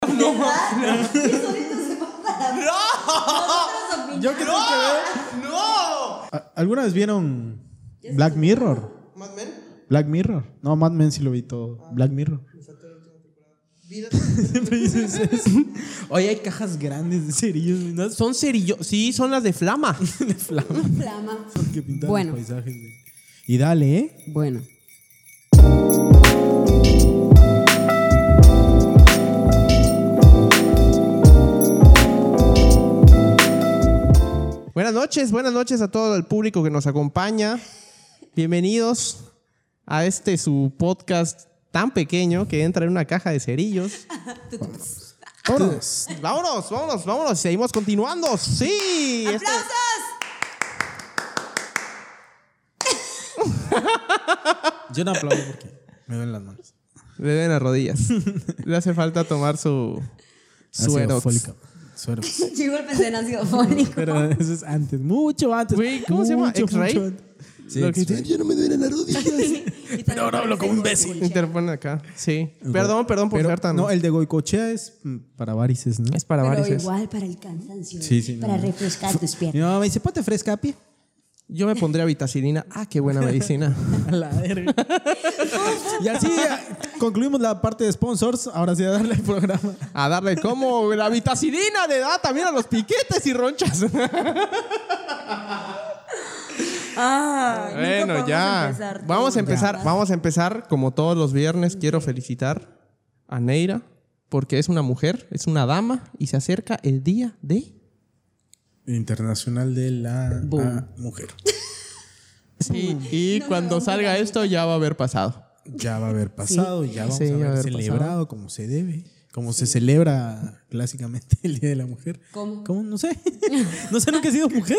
no. Y solito se mata. Nosotros opinamos. Yo que tengo que ver. ¡No! ¿A- ¿Alguna vez vieron Ya se Black fue. Mirror? ¿Mad Men? Ah. Black Mirror. No, Mad Men sí lo vi todo. Black Mirror. Me faltó la última temporada. Vida. Siempre dices eso. Oye, hay cajas grandes de cerillos. ¿no? Son Son cerillos. Sí, son las de flama. Flama. que pintan Bueno. pues. los paisajes. güey. Y dale, ¿eh? Bueno. buenas noches, buenas noches a todo el público que nos acompaña. Bienvenidos a este su podcast tan pequeño que entra en una caja de cerillos. Todos. Vámonos, vámonos, vámonos. Seguimos continuando. Sí. este- ¡Aplausos! Yo no aplaudo porque me duelen las manos. Le ven las rodillas. Le hace falta tomar su suero. Ácido fólico. Suerox. Llegó el pensé en ácido fólico. Pero eso es antes, mucho antes. Güey, ¿cómo se llama? Mucho, ¿X-Ray? mucho antes. Lo que- Yo no me duelen las rodillas. Y también ahora hablo como un parece imbécil. Goicoechea. Interpone acá. Sí. Perdón, perdón por Pero, ser tan. No, el de Goicochea es mm, para varices, ¿no? es para Pero varices. igual para el cansancio. Sí, sí, no, Para no. refrescar tus Mi piernas. mamá me dice, ponte fresca, pi. Yo me pondría vitacilina. Ah, qué buena medicina. A la verga. y así eh, concluimos la parte de sponsors. Ahora sí, a darle el programa. A darle como la vitacilina le da también a los piquetes y ronchas. Ah, bueno, ya. vamos a empezar, vamos a empezar como todos los viernes. Quiero felicitar a Neira porque es una mujer, es una dama y se acerca el día de Internacional de la Boom. Mujer. Sí, y cuando salga esto ya va a haber pasado. Ya va a haber pasado, ya vamos Sí, a ya va a haber haber celebrado pasado. como se debe. Como se celebra clásicamente el Día de la Mujer. ¿Cómo? ¿Cómo? No sé. No sé nunca he sido mujer.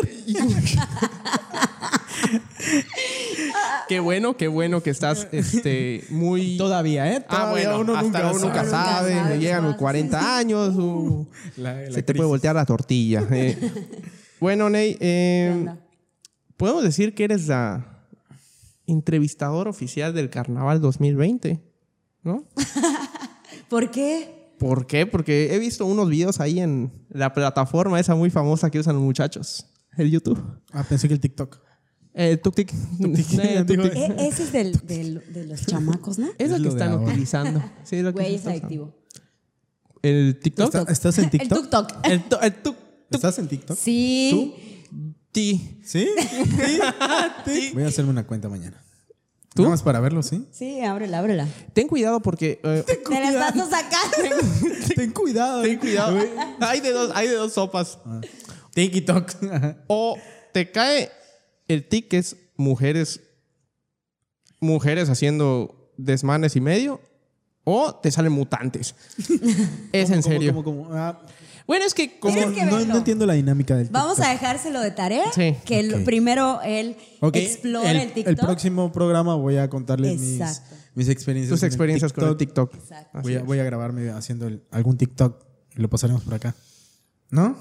Qué bueno, qué bueno que estás este, muy... Todavía, ¿eh? Ah, Todavía bueno, uno hasta nunca uno nunca sabe. sabe, Nunca sabe, llegan los sí, 40 años, uh, La- la se te puede crisis. voltear la tortilla. eh. Bueno, Ney, eh, podemos decir que eres la entrevistador oficial del Carnaval 2020, ¿no? ¿Por qué? ¿Por qué? Porque he visto unos videos ahí en la plataforma esa muy famosa que usan los muchachos, el YouTube. Ah, pensé que el TikTok. Eh, tuk-tic. Eh, Digo, tuk-tic. E- ese es del, del- de los chamacos, ¿no? Es lo Es que lo de están ahora. utilizando. Sí, es lo que Güey, es están usando. adictivo. ¿El TikTok? ¿Está- ¿Estás en El TikTok? tuk-tuk. El, tu- el tuk- ¿Estás en TikTok? Sí. ti. ¿Sí? Voy a hacerme una cuenta mañana. ¿Tú? Nada más para verlo, ¿sí? Sí, ábrela, ábrela. Ten cuidado porque. eh, Te la estás sacando. Ten cuidado. eh. ten cuidado. hay, de dos, hay de dos sopas. TikTok. O te cae el tic, que es mujeres. Mujeres haciendo desmanes y medio. O te salen mutantes. es en serio. ¿Cómo, cómo, cómo? Ah, Bueno, es que como. Tienes que no, verlo. no entiendo la dinámica del Vamos TikTok. a dejárselo de tarea. Sí. Que el- Ok. primero él Ok, explore el, TikTok. El próximo programa voy a contarles mis, Exacto. mis experiencias. Tus en el experiencias con el TikTok. Exacto. Voy a, voy a grabarme haciendo el- algún TikTok y lo pasaremos por acá. ¿No?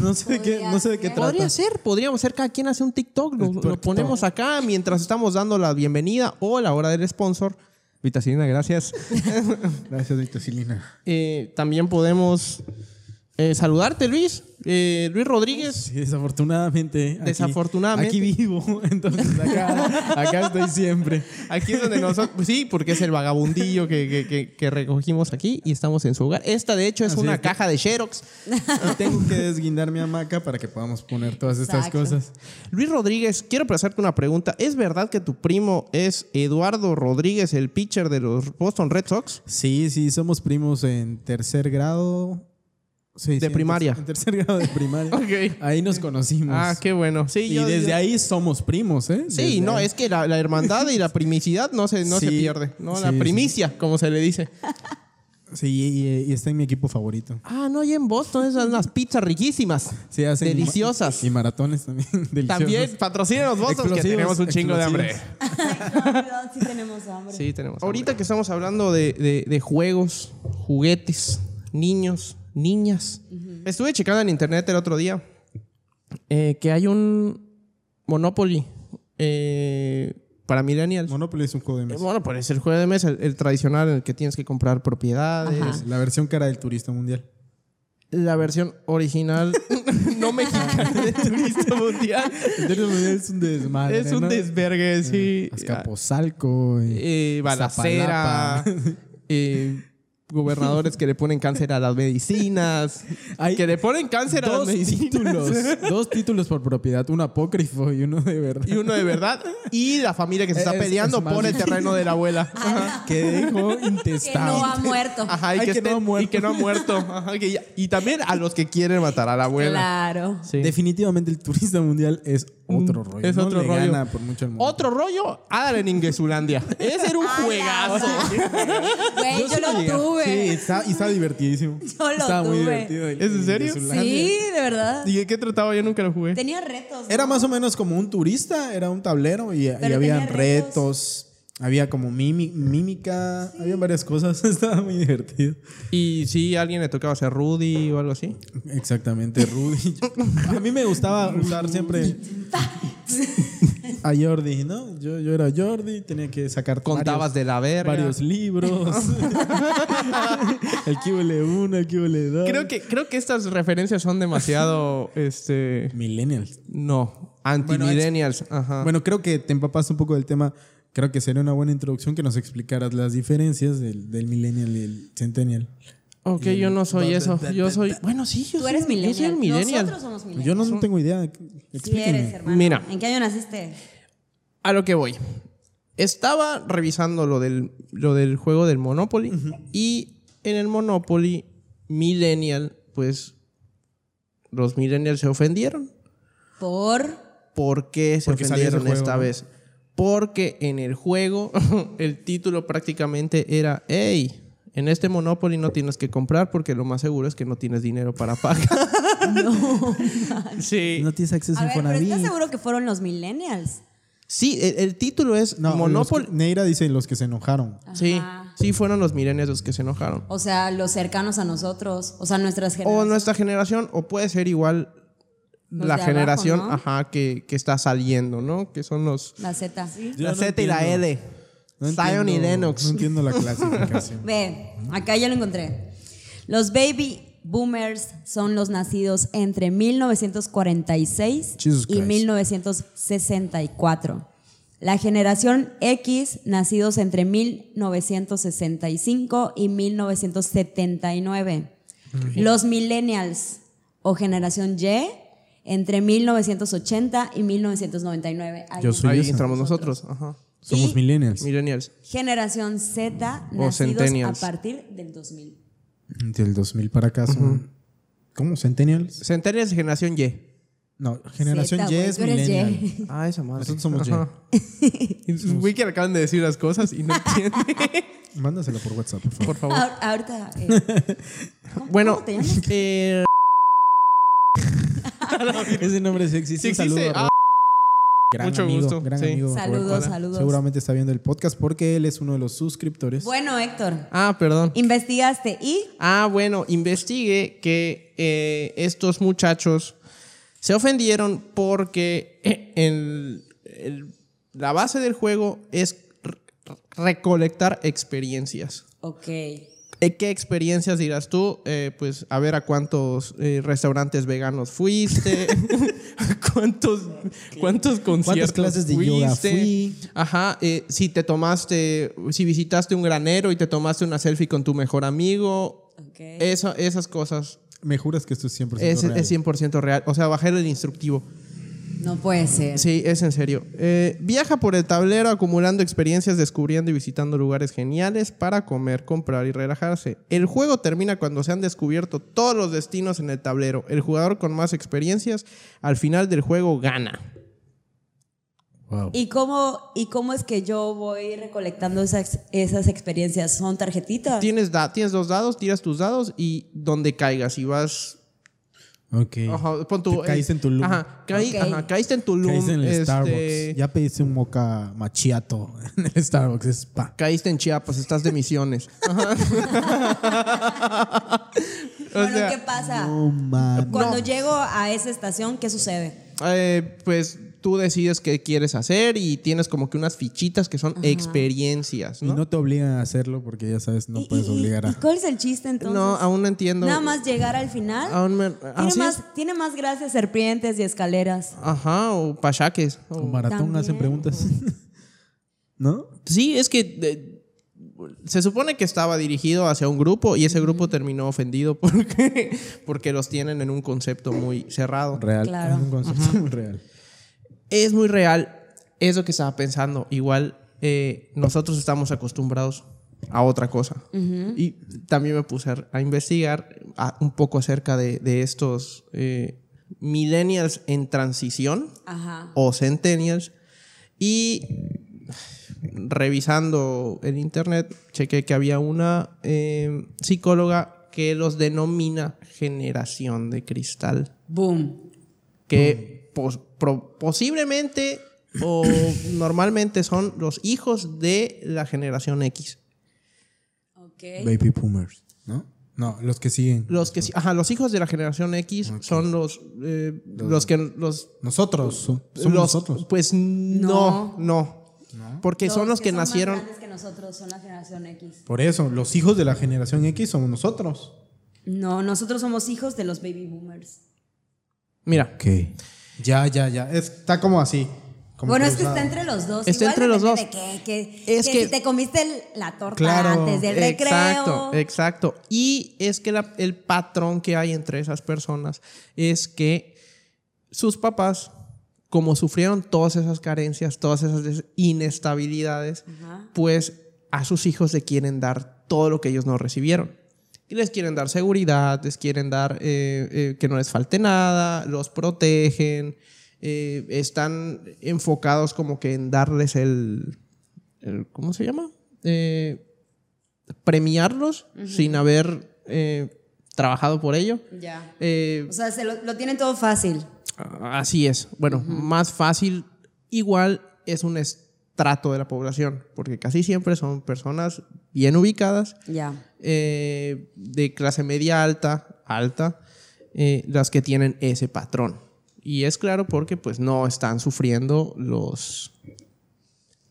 No sé de qué, no sé de qué Mm. Podría trata. Podría ser, podríamos ser cada quien hace un TikTok, lo, TikTok. lo ponemos acá mientras estamos dando la bienvenida o la hora del sponsor. Vitacilina, gracias. Gracias, Vitacilina. Eh, también podemos eh, saludarte, Luis. Eh, Luis Rodríguez. Sí, desafortunadamente. aquí- Desafortunadamente. Aquí vivo, entonces acá, acá estoy siempre. Aquí es donde nosotros. Sí, porque es el vagabundillo que, que- que- que recogimos aquí y estamos en su hogar. Esta, de hecho, es Así una es. caja de Xerox. Y tengo que desguindar mi hamaca para que podamos poner todas estas Exacto. cosas. Luis Rodríguez, quiero hacerte una pregunta. ¿Es verdad que tu primo es Eduardo Rodríguez, el pitcher de los Boston Red Sox? Sí, sí, somos primos en tercer grado. Sí, sí, en ter- primaria. En tercer grado de primaria. Ok. Ahí nos conocimos. Ah, qué bueno. Sí, Y yo- desde yo- ahí somos primos, ¿eh? Sí, no, es que la, la hermandad y la primicidad no se, no se Sí, pierde. No, la sí, sí. primicia, como se le dice. Sí, y, y está en mi equipo favorito. Ah, no, y en Boston esas unas pizzas riquísimas. Sí, hacen Deliciosas. Y maratones también. deliciosos. También patrocínenos Boston, que Explosivos, tenemos un chingo de hambre. explosivos. Perdón, sí tenemos hambre. Sí, tenemos. Ahorita que estamos hablando de, de- de juegos, juguetes, niños, niñas. Estuve checando en internet el otro día eh, que hay un Monopoly eh, para millennials. Monopoly es un juego de Eh, mesa. Bueno, pues es el juego de mesa, el, el tradicional en el que tienes que comprar propiedades. Ajá. La versión cara del turista mundial. La versión original, no mexicana de turista mundial. El turista mundial es un desmadre. es un ¿no? desvergue, sí. Eh, Azcapotzalco. eh. Eh, balacera. eh, gobernadores que le ponen cáncer a las medicinas. Hay que le ponen cáncer a las dos medicinas. títulos. dos títulos por propiedad. Uno apócrifo y uno de verdad. Y uno de verdad. Y la familia que se está Es- es peleando más por el difícil. terreno de la abuela. Ajá. que dejó Que Ah, no ha intestado. muerto. Ajá, y, Ay, que que no esté- ha muerto. y que no ha muerto. Ajá, que ya- y también a los que quieren matar a la abuela. Claro. Sí. Definitivamente el turista mundial es otro rollo. es No otro le rollo. gana por mucho el mundo. Otro rollo, Adal en Ingesulandia. Ese era un A la juegazo. Güey, yo, sí lo llegué a- Sí, tuve. está, y está divertidísimo. Yo lo Estaba muy tuve. divertido. el- ¿Es en el serio? de Sí, Zulandia. de verdad. ¿Y de qué trataba? Yo nunca lo jugué. Tenía retos. ¿no? Era más o menos como un turista, era un tablero y, y Pero había tenía retos. Había como mimi- mímica, había varias cosas, estaba muy divertido. ¿Y si alguien le tocaba ser Rudy o algo así? Exactamente, Rudy. A mí me gustaba usar siempre a Jordi, ¿no? Yo, yo era Jordi, tenía que sacar Contabas de la verga. varios libros. el QL1, el QL2. Creo que, creo que estas referencias son demasiado, este... Millennials. No, anti-millennials. Ah. Ajá. Bueno, creo que te empapaste un poco del tema. Creo que sería una buena introducción que nos explicaras las diferencias del, del millennial y el centennial. ok, yo no soy eso. Yo soy... Bueno, sí, yo Tú soy, eres yo soy el millennial. millennial. Nosotros somos millennials. Yo no tengo idea. Sí eres, Explíquenme. hermano. Mira. ¿En qué año naciste? A lo que voy. Estaba revisando lo del, lo del juego del Monopoly y en el Monopoly Millennial, pues los Millennials se ofendieron. Por. ¿Por qué se Porque salió ese ofendieron juego, esta ¿no? vez? Porque en el juego el título prácticamente era, hey, en este Monopoly no tienes que comprar porque lo más seguro es que no tienes dinero para pagar. no. Sí. No tienes acceso A a ver, pero ¿estás Infonavit. seguro que fueron los millennials? Sí, el, el título es No, Monopoly. Monopoly. Neira dice los que se enojaron. Sí, Ajá. sí fueron los millennials los que se enojaron. O sea, los cercanos a nosotros. O sea, nuestras o generaciones. nuestra generación, o puede ser igual Los la de generación abajo, ¿no? ajá, que, que está saliendo, ¿no? Que son los La Z. Yo la no Z y la entiendo. L. No Zion entiendo- y Lennox. No entiendo la clasificación. Ve, acá ya lo encontré. Los baby boomers son los nacidos entre 1946 Jesus y Christ. 1964. La generación X, nacidos entre 1965 y 1979. Los millennials o generación Y, entre 1980 y 1999. Ahí Yo está. soy Ahí esa. entramos nosotros. Ajá. Somos Y- millennials. Millennials. Generación Z, O nacidos a centennials. partir del 2000. Del 2000 para acá son. ¿Cómo? ¿Centennials? Centennials de generación Y. No, generación Z, Y güey, es tú eres millennial. Y. Ah, esa madre. Nosotros somos Ajá. Y Wiki le acaban de decir las cosas y no entiende. Mándaselo por WhatsApp, por favor. Por favor. Ahor- ahorita. eh, ¿cómo- bueno, cómo te llamas? eh, Ese nombre sí existe. si Un saludo existe. a ah, Gran Mucho amigo, gusto, Gran sí. amigo. Saludos, Roberto. saludos. Seguramente está viendo el podcast porque él es uno de los suscriptores. Bueno, Héctor, ah, perdón. investigaste y Ah, bueno, investigué que eh, estos muchachos se ofendieron porque eh, el- el- la base del juego es re- recolectar experiencias. ok. Eh, ¿Qué experiencias dirás tú? Eh, pues a ver a cuántos eh, restaurantes veganos fuiste, ¿A cuántos, cuántos conciertos clases de fuiste? yoga fui? Ajá, eh, si te tomaste, si visitaste un granero y te tomaste una selfie con tu mejor amigo, ok. eso, esas cosas Me juras que esto es 100% es, Pues real. es 100% real. O sea, bajar el instructivo. no puede ser. Sí, es en serio. Eh, viaja por el tablero acumulando experiencias, descubriendo y visitando lugares geniales para comer, comprar y relajarse. El juego termina cuando se han descubierto todos los destinos en el tablero. El jugador con más experiencias al final del juego gana. Wow. ¿Y cómo, ¿Y cómo es que yo voy recolectando esas, esas experiencias? ¿Son tarjetitas? Tienes, da- tienes dos dados, tiras tus dados y donde caigas y vas... Ok. Ajá, pon tu- Te caíste en Tulum. Ajá, caí- Ok. ajá, caíste en Tulum. Caíste en el este, Starbucks. Ya pediste un moca machiato en el Starbucks. Es pa. Caíste en Chiapas, estás de misiones. Ajá. o bueno, sea, ¿qué pasa? No, man. Cuando llego a esa estación, ¿qué sucede? eh, pues tú decides qué quieres hacer y tienes como que unas fichitas que son experiencias, Y ¿no? no te obligan a hacerlo porque ya sabes, no ¿Y- puedes y- y- obligar ¿Y a. cuál es el chiste entonces? No, aún no entiendo. Nada más llegar al final. Aún me- ¿ah, tiene, así más, es. tiene más gracias serpientes y escaleras. Ajá, o pachaques. o- O maratón También, hacen preguntas. ¿No? Sí, es que de- se supone que estaba dirigido hacia un grupo y ese grupo terminó ofendido porque, porque los tienen en un concepto muy cerrado. Real. Claro. Es un concepto muy real. Es muy real eso que estaba pensando. Igual eh, nosotros estamos acostumbrados a otra cosa. Y también me puse a, a investigar a- un poco acerca de, de estos eh, millennials en transición Ajá. o centennials y revisando en internet chequé que había una eh, psicóloga que los denomina generación de cristal Boom. que pos- pro- posiblemente o normalmente son los hijos de la generación X. Ok. Baby boomers, ¿no? No, los que siguen. Los que sí- ajá, los hijos de la generación X son los eh, los que los Nosotros. so- Somos los- nosotros. pues no, no. Porque son los que, son más nacieron grandes que nosotros son la generación X. Por eso, los hijos de la generación X somos nosotros. No, nosotros somos hijos de los baby boomers. Mira, Ok. Ya, ya, ya. Está como así. como bueno, es que cruzado. está entre los dos. Está Igual entre los depende dos. de que, que- Es que que- si te comiste el- la torta Claro. antes del recreo. Exacto, eh. exacto. Y es que la- el patrón que hay entre esas personas es que sus papás, como sufrieron todas esas carencias, todas esas des- inestabilidades, Ajá. pues a sus hijos le quieren dar todo lo que ellos no recibieron. Y les quieren dar seguridad, les quieren dar eh, eh, que no les falte nada, los protegen, eh, están enfocados como que en darles el, el- ¿cómo se llama? Eh, premiarlos sin haber eh, trabajado por ello. Ya. Eh, O sea, se lo, lo tienen todo fácil. Ah, Así es. Bueno, más fácil, igual es un estrato de la población, porque casi siempre son personas bien ubicadas, Ya. eh, de clase media alta, alta, eh, las que tienen ese patrón. Y es claro porque pues no están sufriendo los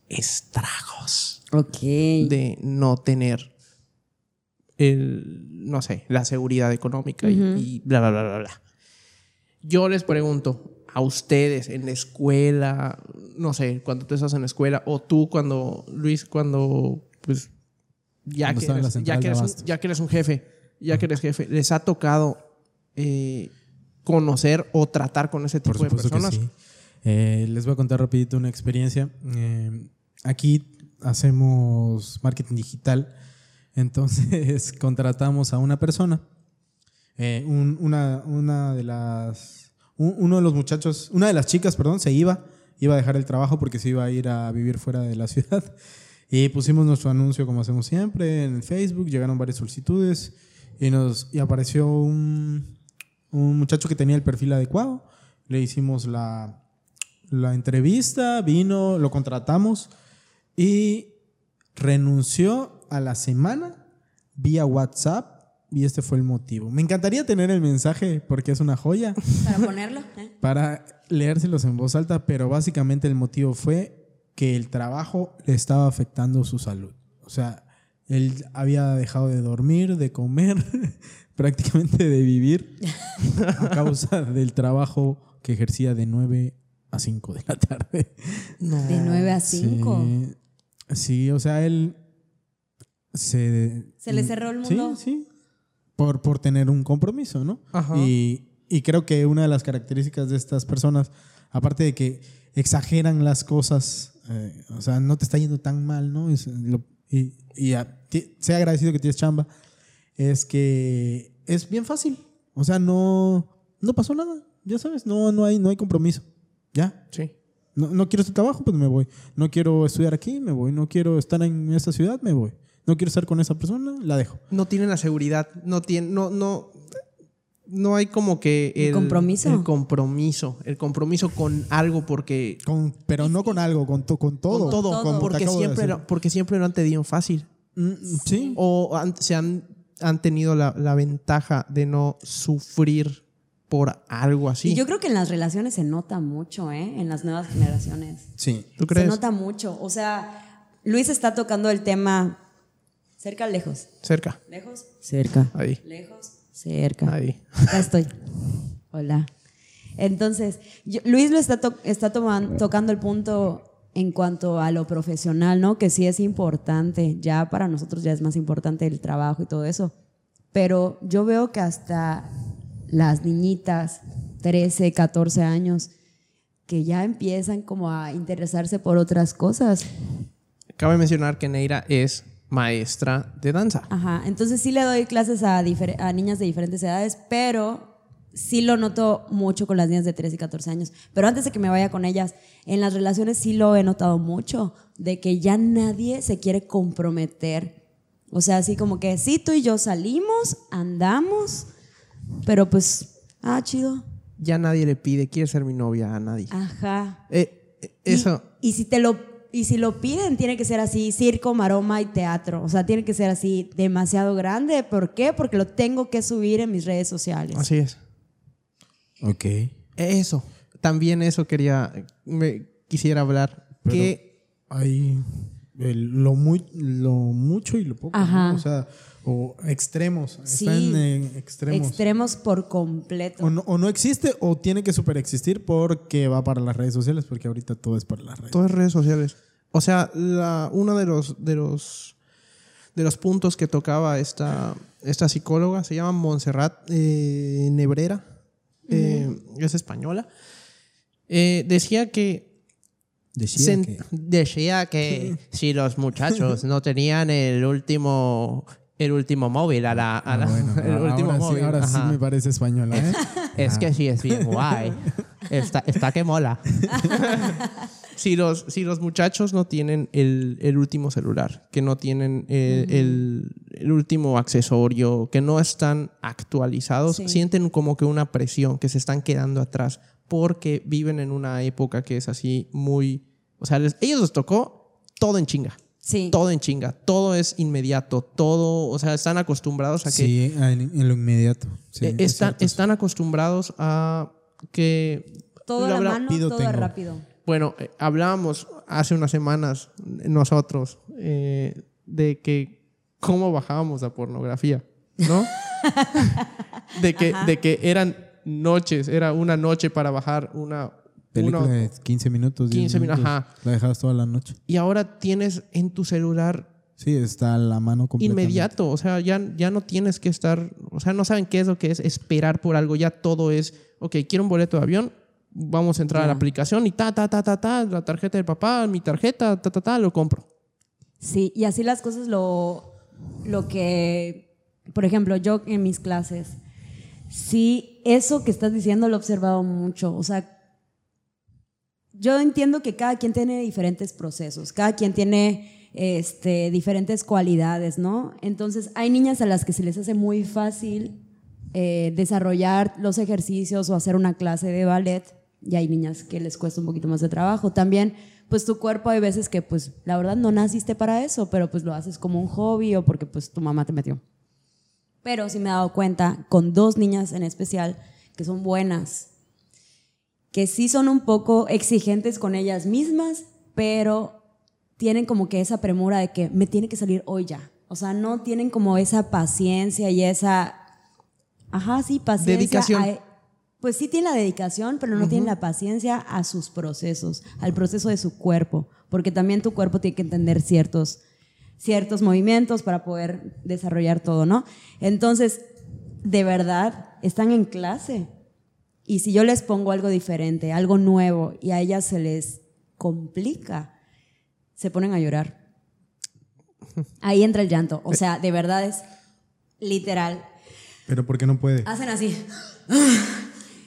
estragos Ok. de no tener el, no sé, la seguridad económica y- y, bla, bla, bla, bla, bla. Yo les pregunto a ustedes en la escuela, no sé, cuando tú estás en la escuela, o tú cuando, Luis, cuando, pues, ya, Cuando que estaba en la eres, central ya, que de eres un, abastos. ya que eres un jefe, ya que eres jefe, ¿les ha tocado eh, conocer o tratar con ese tipo Por de supuesto personas? que sí. Eh, les voy a contar rapidito una experiencia. Eh, aquí hacemos marketing digital, entonces contratamos a una persona. Eh, un- una, una de las, un- uno de los muchachos, una de las chicas, perdón, se iba, iba a dejar el trabajo porque se iba a ir a vivir fuera de la ciudad. Y pusimos nuestro anuncio como hacemos siempre en el Facebook, llegaron varias solicitudes y nos y apareció un, un muchacho que tenía el perfil adecuado. Le hicimos la, la entrevista, vino, lo contratamos y renunció a la semana vía WhatsApp y este fue el motivo. Me encantaría tener el mensaje porque es una joya Para ponerlo. ¿eh? para leérselos en voz alta, pero básicamente el motivo fue que el trabajo le estaba afectando su salud. O sea, él había dejado de dormir, de comer, prácticamente de vivir a causa del trabajo que ejercía de 9 a 5 de la tarde. Ah, De 9 a 5. Sí, sí, o sea, él se... Se le cerró el mundo. Sí, sí. Por, por tener un compromiso, ¿no? Ajá. Y, y creo que una de las características de estas personas, aparte de que exageran las cosas, eh, o sea, no te está yendo tan mal, ¿no? Y, se- lo- y- y a- ti- sea agradecido que tienes chamba, es que es bien fácil. O sea, no, no pasó nada, ya sabes, no, no, hay, no hay compromiso. Ya, Sí. no, no quiero este trabajo, pues me voy. No quiero estudiar aquí, me voy. No quiero estar en esta ciudad, me voy. No quiero estar con esa persona, la dejo. no tienen la seguridad, no tienen, no, no, no hay como que El compromiso. el compromiso, el compromiso con algo porque Con, pero no con algo, con, to- con todo. con todo, todo. como te porque acabo de siempre, decir. lo, porque siempre lo han tenido fácil Mm, sí. o han- se han, han tenido la, la ventaja de no sufrir por algo así. Y yo creo que en las relaciones se nota mucho, ¿eh? En las nuevas generaciones. Sí. ¿Tú crees? Se nota mucho. O sea, Luis está tocando el tema cerca, lejos. Cerca. ¿Lejos? Cerca. Ahí. Lejos, cerca. Ahí. Acá estoy. Hola. Entonces, yo- Luis lo está, to- está toman- tocando el punto en cuanto a lo profesional, ¿no? Que sí es importante. Ya para nosotros ya es más importante el trabajo y todo eso. Pero yo veo que hasta las niñitas, 13, 14 años, que ya empiezan como a interesarse por otras cosas. Cabe mencionar que Neira es maestra de danza. Ajá, entonces sí le doy clases a, difer- a niñas de diferentes edades, pero sí lo noto mucho con las niñas de 13 y 14 años. Pero antes de que me vaya con ellas, en las relaciones sí lo he notado mucho, de que ya nadie se quiere comprometer. O sea, así como que sí, tú y yo salimos, andamos, pero pues, ah, chido. Ya nadie le pide, quiere ser mi novia a nadie. Ajá. Eh, eh, eso. Ah. Y, y si te lo y si lo piden, tiene que ser así, circo, maroma y teatro. O sea, tiene que ser así demasiado grande. ¿Por qué? Porque lo tengo que subir en mis redes sociales. Así es. Ok. Eso. También eso quería. Me quisiera hablar. Pero- que Hay el- lo, muy, lo mucho y lo poco. ¿no? Ajá. O sea, o extremos. Sí. Están en extremos. extremos. por completo. o, no, o no existe o tiene que superexistir porque va para las redes sociales, porque ahorita todo es para las redes. Todas redes sociales. O sea, la, uno de los, de los de los puntos que tocaba esta, esta psicóloga se llama Montserrat eh, Nebrera, eh, es española. Eh, decía que Decía Sen- decía que si los muchachos no tenían el último el último móvil a la, a la- Ah, Bueno, Ah, el ahora, último sí- móvil ahora sí ajá. me parece española, ¿eh? Es que sí, es bien guay. Está, está que mola. si, los, si los muchachos no tienen el, el último celular, que no tienen eh, el, el último accesorio, que no están actualizados, Sí. sienten como que una presión, que se están quedando atrás, porque viven en una época que es así muy... O sea, les- ellos les tocó todo en chinga. sí. Todo en chinga, todo es inmediato, todo, o sea, están acostumbrados a que sí, ah, en, en lo inmediato. Sí, eh, es están, cierto. están acostumbrados a que... Todo a lo la habla- mano, pido todo tengo. rápido. Bueno, eh, hablábamos hace unas semanas eh, nosotros eh, de que cómo bajábamos la pornografía, ¿no? de, que, de que eran noches, era una noche para bajar una... Película una- de 15 minutos. 10 15 minutos, minutos. ajá. La dejabas toda la noche. y ahora tienes en tu celular Sí, está a la mano completamente. inmediato, o sea, ya, ya no tienes que estar, o sea, no saben qué es lo que es esperar por algo, ya todo es, ok, quiero un boleto de avión, vamos a entrar a la Ya. aplicación y ta, ta, ta, ta, ta, la tarjeta del papá, mi tarjeta, ta, ta, ta, lo compro. Sí, y así las cosas lo, lo que, por ejemplo, yo en mis clases, sí, eso que estás diciendo lo he observado mucho. O sea, yo entiendo que cada quien tiene diferentes procesos, cada quien tiene este, diferentes cualidades, ¿no? Entonces, hay niñas a las que se les hace muy fácil eh, desarrollar los ejercicios o hacer una clase de ballet y hay niñas que les cuesta un poquito más de trabajo. También, pues tu cuerpo hay veces que, pues, la verdad no naciste para eso, pero pues lo haces como un hobby o porque pues tu mamá te metió. Pero sí me he dado cuenta con dos niñas en especial que son buenas, que sí son un poco exigentes con ellas mismas, pero tienen como que esa premura de que me tiene que salir hoy ya. O sea, no tienen como esa paciencia y esa... Ajá, sí, paciencia. Dedicación. a- pues sí tienen la dedicación, pero no tienen la paciencia a sus procesos, al proceso de su cuerpo, porque también tu cuerpo tiene que entender ciertos ciertos movimientos para poder desarrollar todo, ¿no? Entonces, de verdad, están en clase. Y si yo les pongo algo diferente, algo nuevo, y a ellas se les complica, se ponen a llorar. Ahí entra el llanto. O sea, de verdad es literal. Pero porque no puede. Hacen así.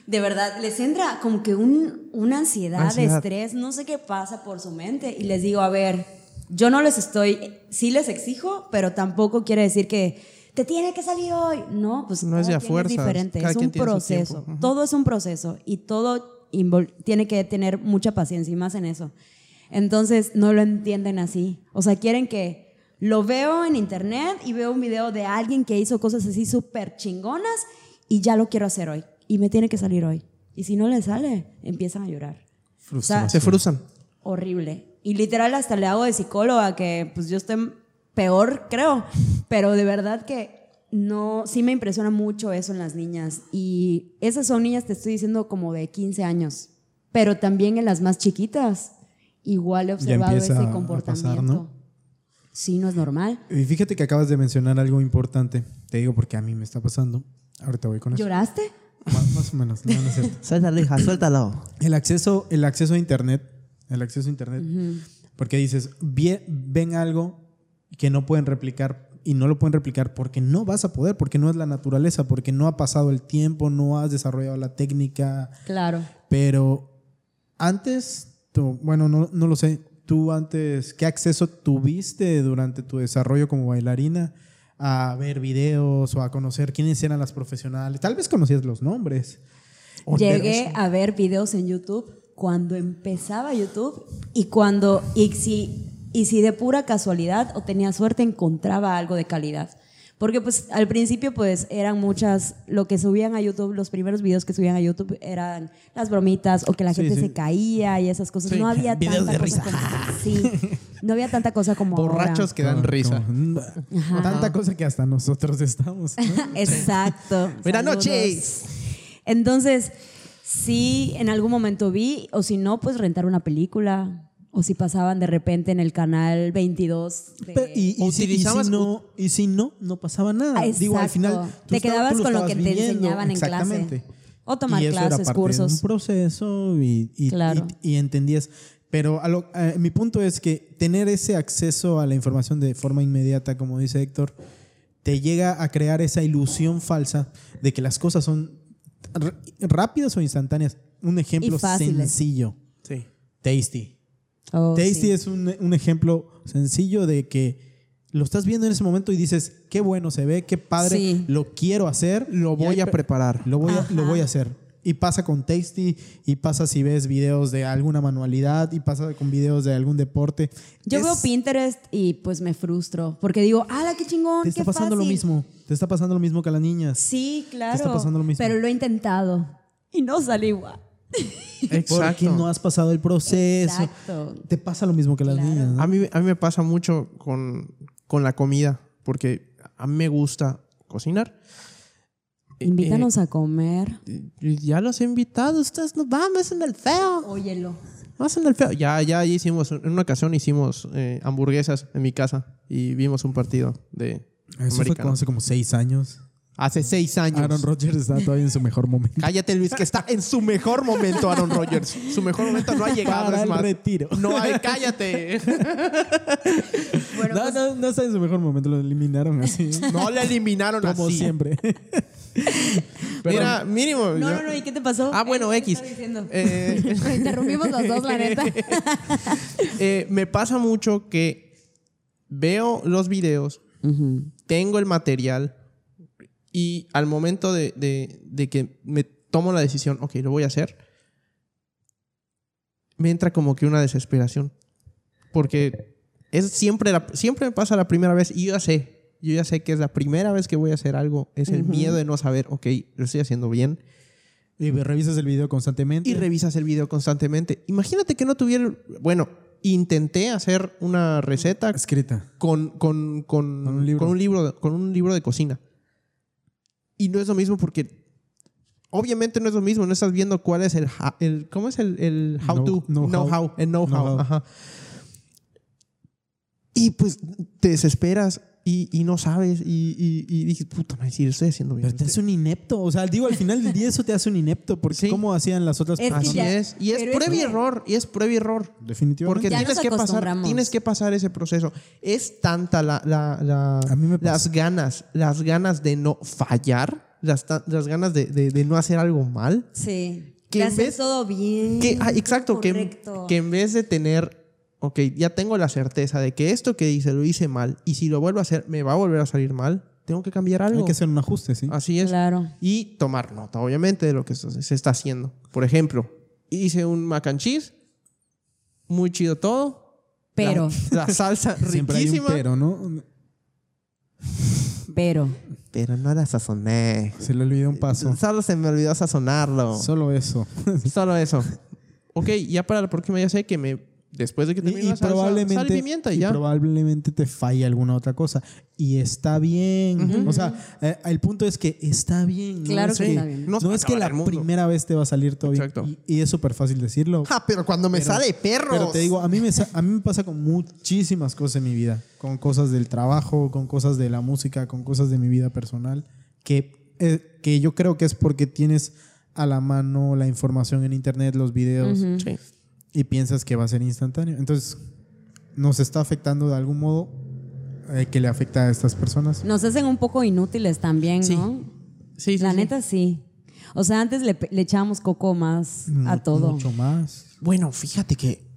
De verdad, les entra como que un, una ansiedad, Ansiedad. estrés, no sé qué pasa por su mente. Y les digo, a ver, yo no les estoy, sí les exijo, pero tampoco quiere decir que te tiene que salir hoy. No, pues No es cada de a quien fuerzas, diferente, cada es un quien tiene su proceso. tiempo, ujú. Todo es un proceso y todo invol- tiene que tener mucha paciencia y más en eso. Entonces, no lo entienden así. O sea, quieren que lo veo en internet y veo un video de alguien que hizo cosas así súper chingonas y ya lo quiero hacer hoy. y me tiene que salir hoy. Y si no le sale, empiezan a llorar. Frustración. Se frustran. Horrible. Y literal hasta le hago de psicóloga, que pues yo estoy peor, creo. Pero de verdad que no, sí me impresiona mucho eso en las niñas. Y esas son niñas, te estoy diciendo, como de 15 años. Pero también en las más chiquitas, igual he observado ese empieza a comportamiento. pasar, ¿no? Sí, no es normal. Y fíjate que acabas de mencionar algo importante. Te digo porque a mí me está pasando. Ahorita voy con eso. ¿Lloraste? Más, más o menos. no, no es cierto. Suéltalo, hija, suéltalo. El acceso, el acceso a internet, el acceso a internet, porque dices, "Vie- ven algo que no pueden replicar y no lo pueden replicar porque no vas a poder, porque no es la naturaleza, porque no ha pasado el tiempo, no has desarrollado la técnica, Claro. pero antes, tú- bueno, no, no lo sé, tú antes, ¿qué acceso tuviste durante tu desarrollo como bailarina a ver videos o a conocer quiénes eran las profesionales? Tal vez conocías los nombres. Llegué a ver videos en YouTube cuando empezaba YouTube y cuando y si, y si de pura casualidad o tenía suerte encontraba algo de calidad. Porque pues al principio pues eran muchas, lo que subían a YouTube, los primeros videos que subían a YouTube eran las bromitas o que la Sí, gente sí. se caía y esas cosas. Sí, No había videos tanta de cosa risa. como- sí, no había tanta cosa como ahora. Borrachos que dan Como- risa. Ah, como- mm, Ajá. Tanta cosa que hasta nosotros estamos. ¿no? Exacto. Buenas Saludos. noches. Entonces, si en algún momento vi, o si no, pues rentar una película, o si pasaban de repente en el canal 22. de- Pero- y, y si, y si Utilizabas- no, y si no, no pasaba nada. Ah, Digo, al exacto. final. tú Te estabas- quedabas tú con lo estabas que te viviendo. enseñaban en clase. Exactamente. O tomar Y eso era clases, parte de cursos. un proceso y, y- Claro. y- y entendías. Pero a lo- eh, mi punto es que tener ese acceso a la información de forma inmediata, como dice Héctor, te llega a crear esa ilusión falsa de que las cosas son r- rápidas o instantáneas. Un ejemplo fáciles. sencillo. Sí. Tasty. Oh, Tasty sí. es un, un ejemplo sencillo de que lo estás viendo en ese momento y dices, qué bueno se ve, qué padre, Sí. lo quiero hacer, Lo voy a preparar. lo voy, a, lo Ajá. voy a hacer. Y pasa con Tasty, y pasa si ves videos de alguna manualidad, y pasa con videos de algún deporte. Yo Es- veo Pinterest y pues me frustro, porque digo, ¡ala, qué chingón! Te está qué pasando lo fácil". mismo, te está pasando lo mismo que a las niñas. Sí, claro. está pasando lo mismo. Pero lo he intentado y no sale igual. Porque no has pasado el proceso. Exacto. Te pasa lo mismo que a las Claro. niñas. ¿no? A mí, a mí me pasa mucho con, con la comida, porque a mí me gusta cocinar. Eh, Invítanos a comer. eh, ya los he invitado, ustedes no van, me hacen el feo. Óyelo. Me hacen el feo. Ya, ya hicimos, en una ocasión hicimos eh, hamburguesas en mi casa y vimos un partido de Eso fue como americano. hace como seis años. Hace seis años. Aaron Rodgers estaba todavía en su mejor momento. Cállate, Luis, que está en su mejor momento, Aaron Rodgers. Su mejor momento no ha llegado. Para es el más. retiro. No hay, cállate. Bueno, no, pues, no, no está en su mejor momento, lo eliminaron así. No le eliminaron como así. siempre. Mira, mínimo. pues, No, ya- no, no, ¿y qué te pasó? Ah, bueno, ¿Qué X. está diciendo? Eh, Nos interrumpimos los dos, la neta. eh, me pasa mucho que veo los videos, tengo el material y al momento de, de- de que me tomo la decisión, ok, lo voy a hacer, me entra como que una desesperación. Porque es siempre, la- siempre me pasa la primera vez y yo ya sé, yo ya sé que es la primera vez que voy a hacer algo. Es el miedo de no saber, ok, lo estoy haciendo bien. y revisas el video constantemente. y revisas el video constantemente. Imagínate que no tuviera. Bueno, intenté hacer una receta escrita. con, con, con, Con un libro. con un libro de- con un libro de cocina. Y no es lo mismo porque. Obviamente no es lo mismo, no estás viendo cuál es el. ha- el- ¿Cómo es el, el how No- to? know-how. how. El know-how. Know-how. ajá. Y pues te desesperas y, y no sabes. Y, y, y dije, puta madre, sí, lo estoy haciendo bien. Pero te hace un inepto. O sea, digo, al final del día eso te hace un inepto. Porque Sí. ¿cómo hacían las otras Es que personas? Así ya- es. Y es pero es prueba y que- error. Y es prueba y error. Definitivamente. Porque Ya tienes nos que, pasar, acostumbramos. tienes que pasar ese proceso. Es tanta la, la- la- A mí me pasa. las ganas, las ganas de no fallar, las, ta- las ganas de, de- de no hacer algo mal. Sí. Que Que haces ves- todo bien. Que, ah, exacto, que, correcto. que en vez de tener, ok, ya tengo la certeza de que esto que hice lo hice mal y si lo vuelvo a hacer me va a volver a salir mal, tengo que cambiar algo. Hay que hacer un ajuste, ¿sí? Así es. Claro. Y tomar nota, obviamente, de lo que se se está haciendo. Por ejemplo, hice un mac and cheese, muy chido todo. Pero, La, la salsa Siempre hay un riquísima. pero, ¿no? pero. pero no la sazoné. Se le olvidó un paso. Solo se me olvidó sazonarlo. Solo eso. Solo eso. Ok, ya para la próxima ya sé que me después de que Y, termine y la salsa, sal y probablemente, pimienta y, y ya. probablemente te falla alguna otra cosa. Y está bien. O sea, eh, el punto es que está bien. Claro no es que está bien. No, No se va es a que acabar la el mundo. primera vez te va a salir todo bien. Exacto. Y, y es súper fácil decirlo. Ah, pero cuando me sale perros. Pero te digo, a mí, me, sa- a mí me pasa con muchísimas cosas en mi vida. Con cosas del trabajo, con cosas de la música, con cosas de mi vida personal. Que, eh, que yo creo que es porque tienes a la mano la información en internet, los videos Ujú. Sí. y piensas que va a ser instantáneo. Entonces, nos está afectando de algún modo eh, que le afecta a estas personas. Nos hacen un poco inútiles también, Sí. ¿no? Sí, sí, La sí. neta sí. O sea, antes le, pe- le echábamos coco más a Mu- todo. Mucho más. Bueno, fíjate que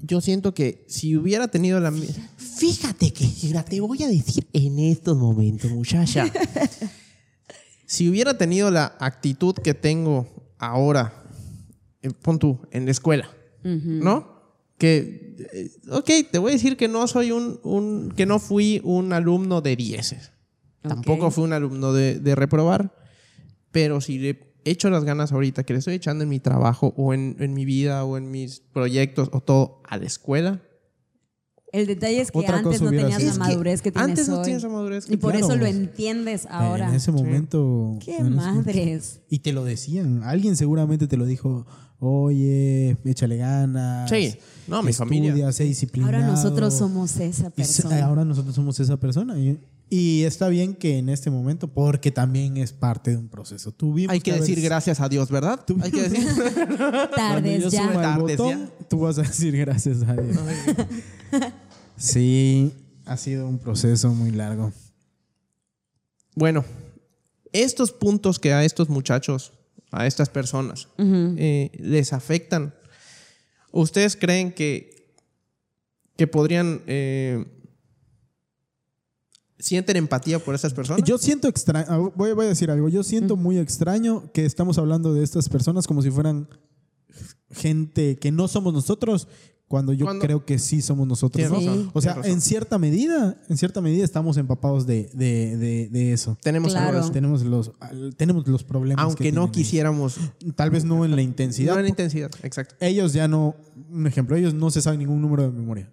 yo siento que si hubiera tenido la mi- Fíjate que mira, te voy a decir en estos momentos, muchacha. si hubiera tenido la actitud que tengo ahora, eh, pon tú, en la escuela, ¿no? Que, eh, ok, te voy a decir que no soy un, un- que no fui un alumno de dieces. Ok. Tampoco fui un alumno de, de reprobar, pero si le echo las ganas ahorita que le estoy echando en mi trabajo o en, en mi vida o en mis proyectos o todo a la escuela. El detalle es que Otra antes cosa no hubiera tenías sido. la es madurez que, tienes antes hoy. no tienes la madurez que y por Claro. eso lo entiendes ahora. en ese momento. ¡Qué en ese momento. madres! Y te lo decían. Alguien seguramente te lo dijo. Oye, échale ganas. Sí. No, mi estudia, familia. Sé disciplinado. Ahora nosotros somos esa Y se- persona. ahora nosotros somos esa persona. Y, y está bien que en este momento, porque también es parte de un proceso. Tuvimos Hay que haber- decir gracias a Dios, ¿verdad? Hay que decir. Cuando yo Tardes ya. suba al Tardes botón, tú vas a decir gracias a Dios. sí, ha sido un proceso muy largo. Bueno, estos puntos que a estos muchachos, a estas personas, eh, les afectan, ¿ustedes creen que, que podrían... eh, ¿Sienten empatía por esas personas? Yo siento extraño, voy, voy a decir algo, yo siento Mm. muy extraño que estamos hablando de estas personas como si fueran gente que no somos nosotros, cuando yo Cuando- creo que sí somos nosotros. Tienes ¿no? razón, O sea, tienes razón. en cierta medida, en cierta medida estamos empapados de, de- de- de eso. Tenemos Claro. algo de eso. Tenemos los, al- tenemos los problemas. que Aunque no tienen ellos. quisiéramos... Tal vez no en la No intensidad. en la intensidad, exacto. ellos ya no, un ejemplo, ellos no se saben ningún número de memoria,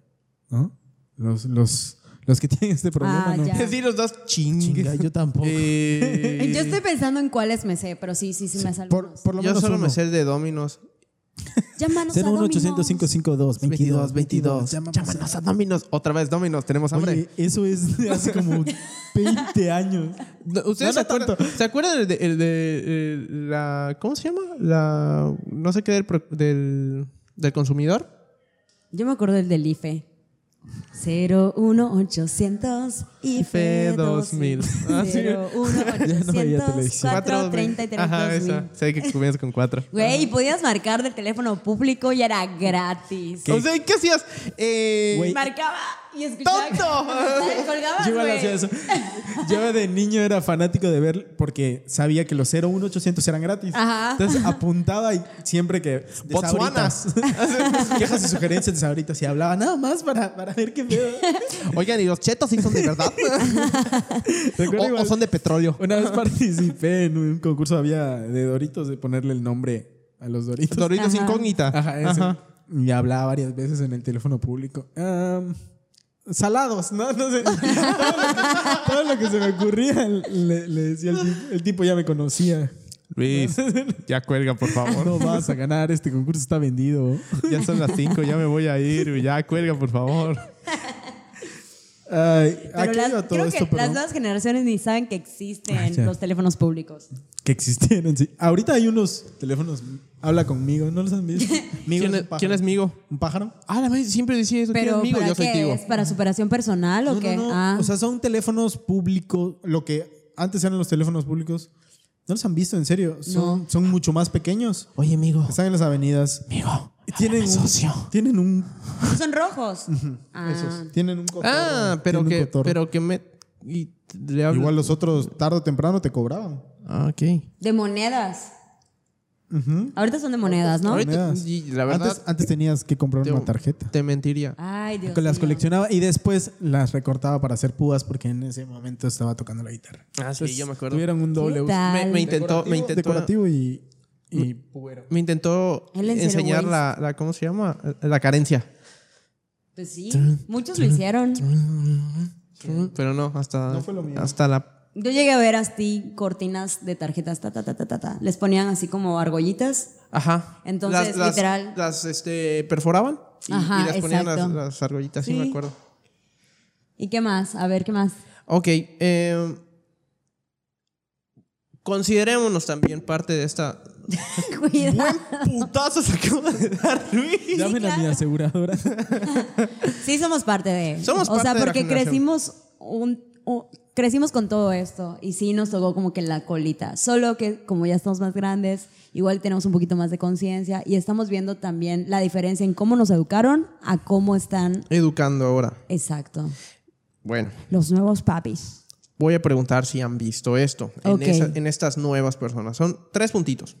¿no? Los, los, los que tienen este problema, Ah, ¿no? ya. Es decir, los dos Chinga, chingas. yo tampoco. Eh, Yo estoy pensando en cuáles me sé, pero sí, sí, sí, me salen. por, por lo yo menos solo uno. me sé el de Dominos. Llámanos a 01 Domino's. 800 22, 22. Llámanos a Dominos. Otra vez, Dominos. Tenemos hambre. Oye, eso es de hace como 20 años. No, ¿Ustedes No, se, no acuerdan, ¿se acuerdan el de, el de, eh, la. ¿Cómo se llama? La. No sé qué del, pro- del, del consumidor. Yo me acuerdo del del E. IFE. 01800 E, IFE 2000. Ah, sí. no veía televisión. 433 Ajá, esa. 2000. Sé que comienza con cuatro. Güey, podías marcar del teléfono público y era gratis. O sea, ¿y ¿qué hacías? Eh, Güey. Marcaba y escuchaba. ¡Tonto! Te colgabas, Yo igual güey. hacía eso. Yo de niño era fanático de ver porque sabía que los 01800 eran gratis. Ajá. Entonces apuntaba y siempre que. de Botsuanas. Sabritas. Quejas y sugerencias de sabritas y hablaba nada más para, para ver qué pedo. Oigan, ¿y los chetos sí son de verdad? Recuerdo o, o igual, son de petróleo? Una vez participé en un concurso había de Doritos de ponerle el nombre a los Doritos. Doritos Ajá. incógnita. Ajá, ese. Y hablaba varias veces en el teléfono público. Am, salados, ¿no? No sé. todo, lo que, todo lo que se me ocurría le, le decía el tipo. El tipo ya me conocía. Luis, ya cuelga, por favor. No vas a ganar, este concurso está vendido. Ya son las 5, ya me voy a ir. Ya cuelga, por favor. Ay, ¿a Pero qué las- iba todo creo esto, que perdón? las nuevas generaciones ni saben que existen Ah, ya. los teléfonos públicos. Que existieron, sí. Ahorita hay unos teléfonos. Habla conmigo, ¿no los han visto? Migo ¿Quién un es, pájaro. quién es Migo? ¿Un pájaro? Ah, la madre siempre decía eso. ¿Quién es Pero Migo? ¿para Yo soy qué Tigo. es? ¿Para superación personal o No, qué? no, no. Ah. O sea, son teléfonos públicos. Lo que antes eran los teléfonos públicos. ¿No los han visto, en serio? Son, No. son mucho más pequeños. Oye, amigo, Están en las avenidas. amigo, Tienen háblame, socio. un, tienen un. Son rojos. Ah. Tienen un cotorro. Ah, pero Tienen un que, cotorro. pero que me. y le hablo- Igual los otros, tarde o temprano, te cobraban. Ah, ok. De monedas. Ujú. Ahorita son de monedas, ¿no? Ahorita, Monedas. y la verdad, antes, antes tenías que comprar Yo- una tarjeta. te mentiría. Ay, Dios Que las mío. coleccionaba y después las recortaba para hacer púas porque en ese momento estaba tocando la guitarra. Ah, sí, yo me acuerdo. Tuvieron un doble ¿Qué uso. tal? Me, me intentó, me intentó, Decorativo y, y pubero. me intentó Él en enseñar Zero la, la, ¿cómo se llama? La carencia. Pues sí, muchos lo hicieron. Pero no, hasta, No fue lo mío. hasta la... Yo llegué a ver así cortinas de tarjetas, ta, ta, ta, ta, ta, ta. Les ponían así como argollitas. Ajá. Las- Entonces, las- literal. Las, este, perforaban y, Ajá, y las ponían las, exacto. las argollitas, sí. me Sí. acuerdo. ¿Y qué más? A ver, ¿qué más? Ok, eh, considerémonos también parte de esta... Cuidado. Putazos acabo de dar, Luis. Dame la mi aseguradora. Sí, somos parte de. Somos O sea, parte de la porque generación. crecimos un, un- crecimos con todo esto y sí nos tocó como que la colita. Solo que como ya estamos más grandes, igual tenemos un poquito más de conciencia y estamos viendo también la diferencia en cómo nos educaron a cómo están. Educando ahora. Exacto. Bueno, Los nuevos papis. voy a preguntar si han visto esto en, Ok. esa- en estas nuevas personas. Son tres puntitos.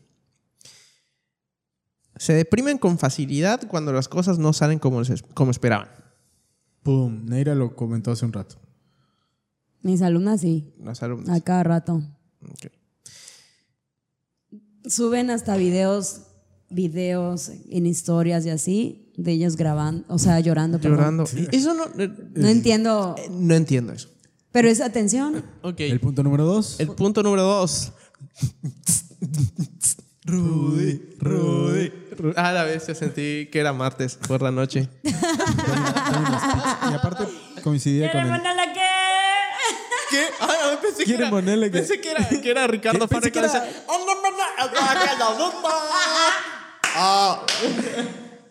Se deprimen con facilidad cuando las cosas no salen como, les es- como esperaban. Pum, Neira lo comentó hace un rato. Mis alumnas sí, Las alumnas. a cada rato. Ok. Suben hasta videos, videos en historias y así, de ellos grabando, o sea, llorando. perdón. Llorando. Y Eso no, eh, No entiendo, no entiendo eso. pero es atención. Ok. El El, punto número dos. punto número dos. Rudy, Rudy, Rudy. A la vez yo sentí que era martes por la noche. Y aparte coincidía con el, la que? ¿Qué? Ah, pensé que Quieren era, ponerle que- pensé que era, que era Ricardo Pensé Farrell que con era- esa-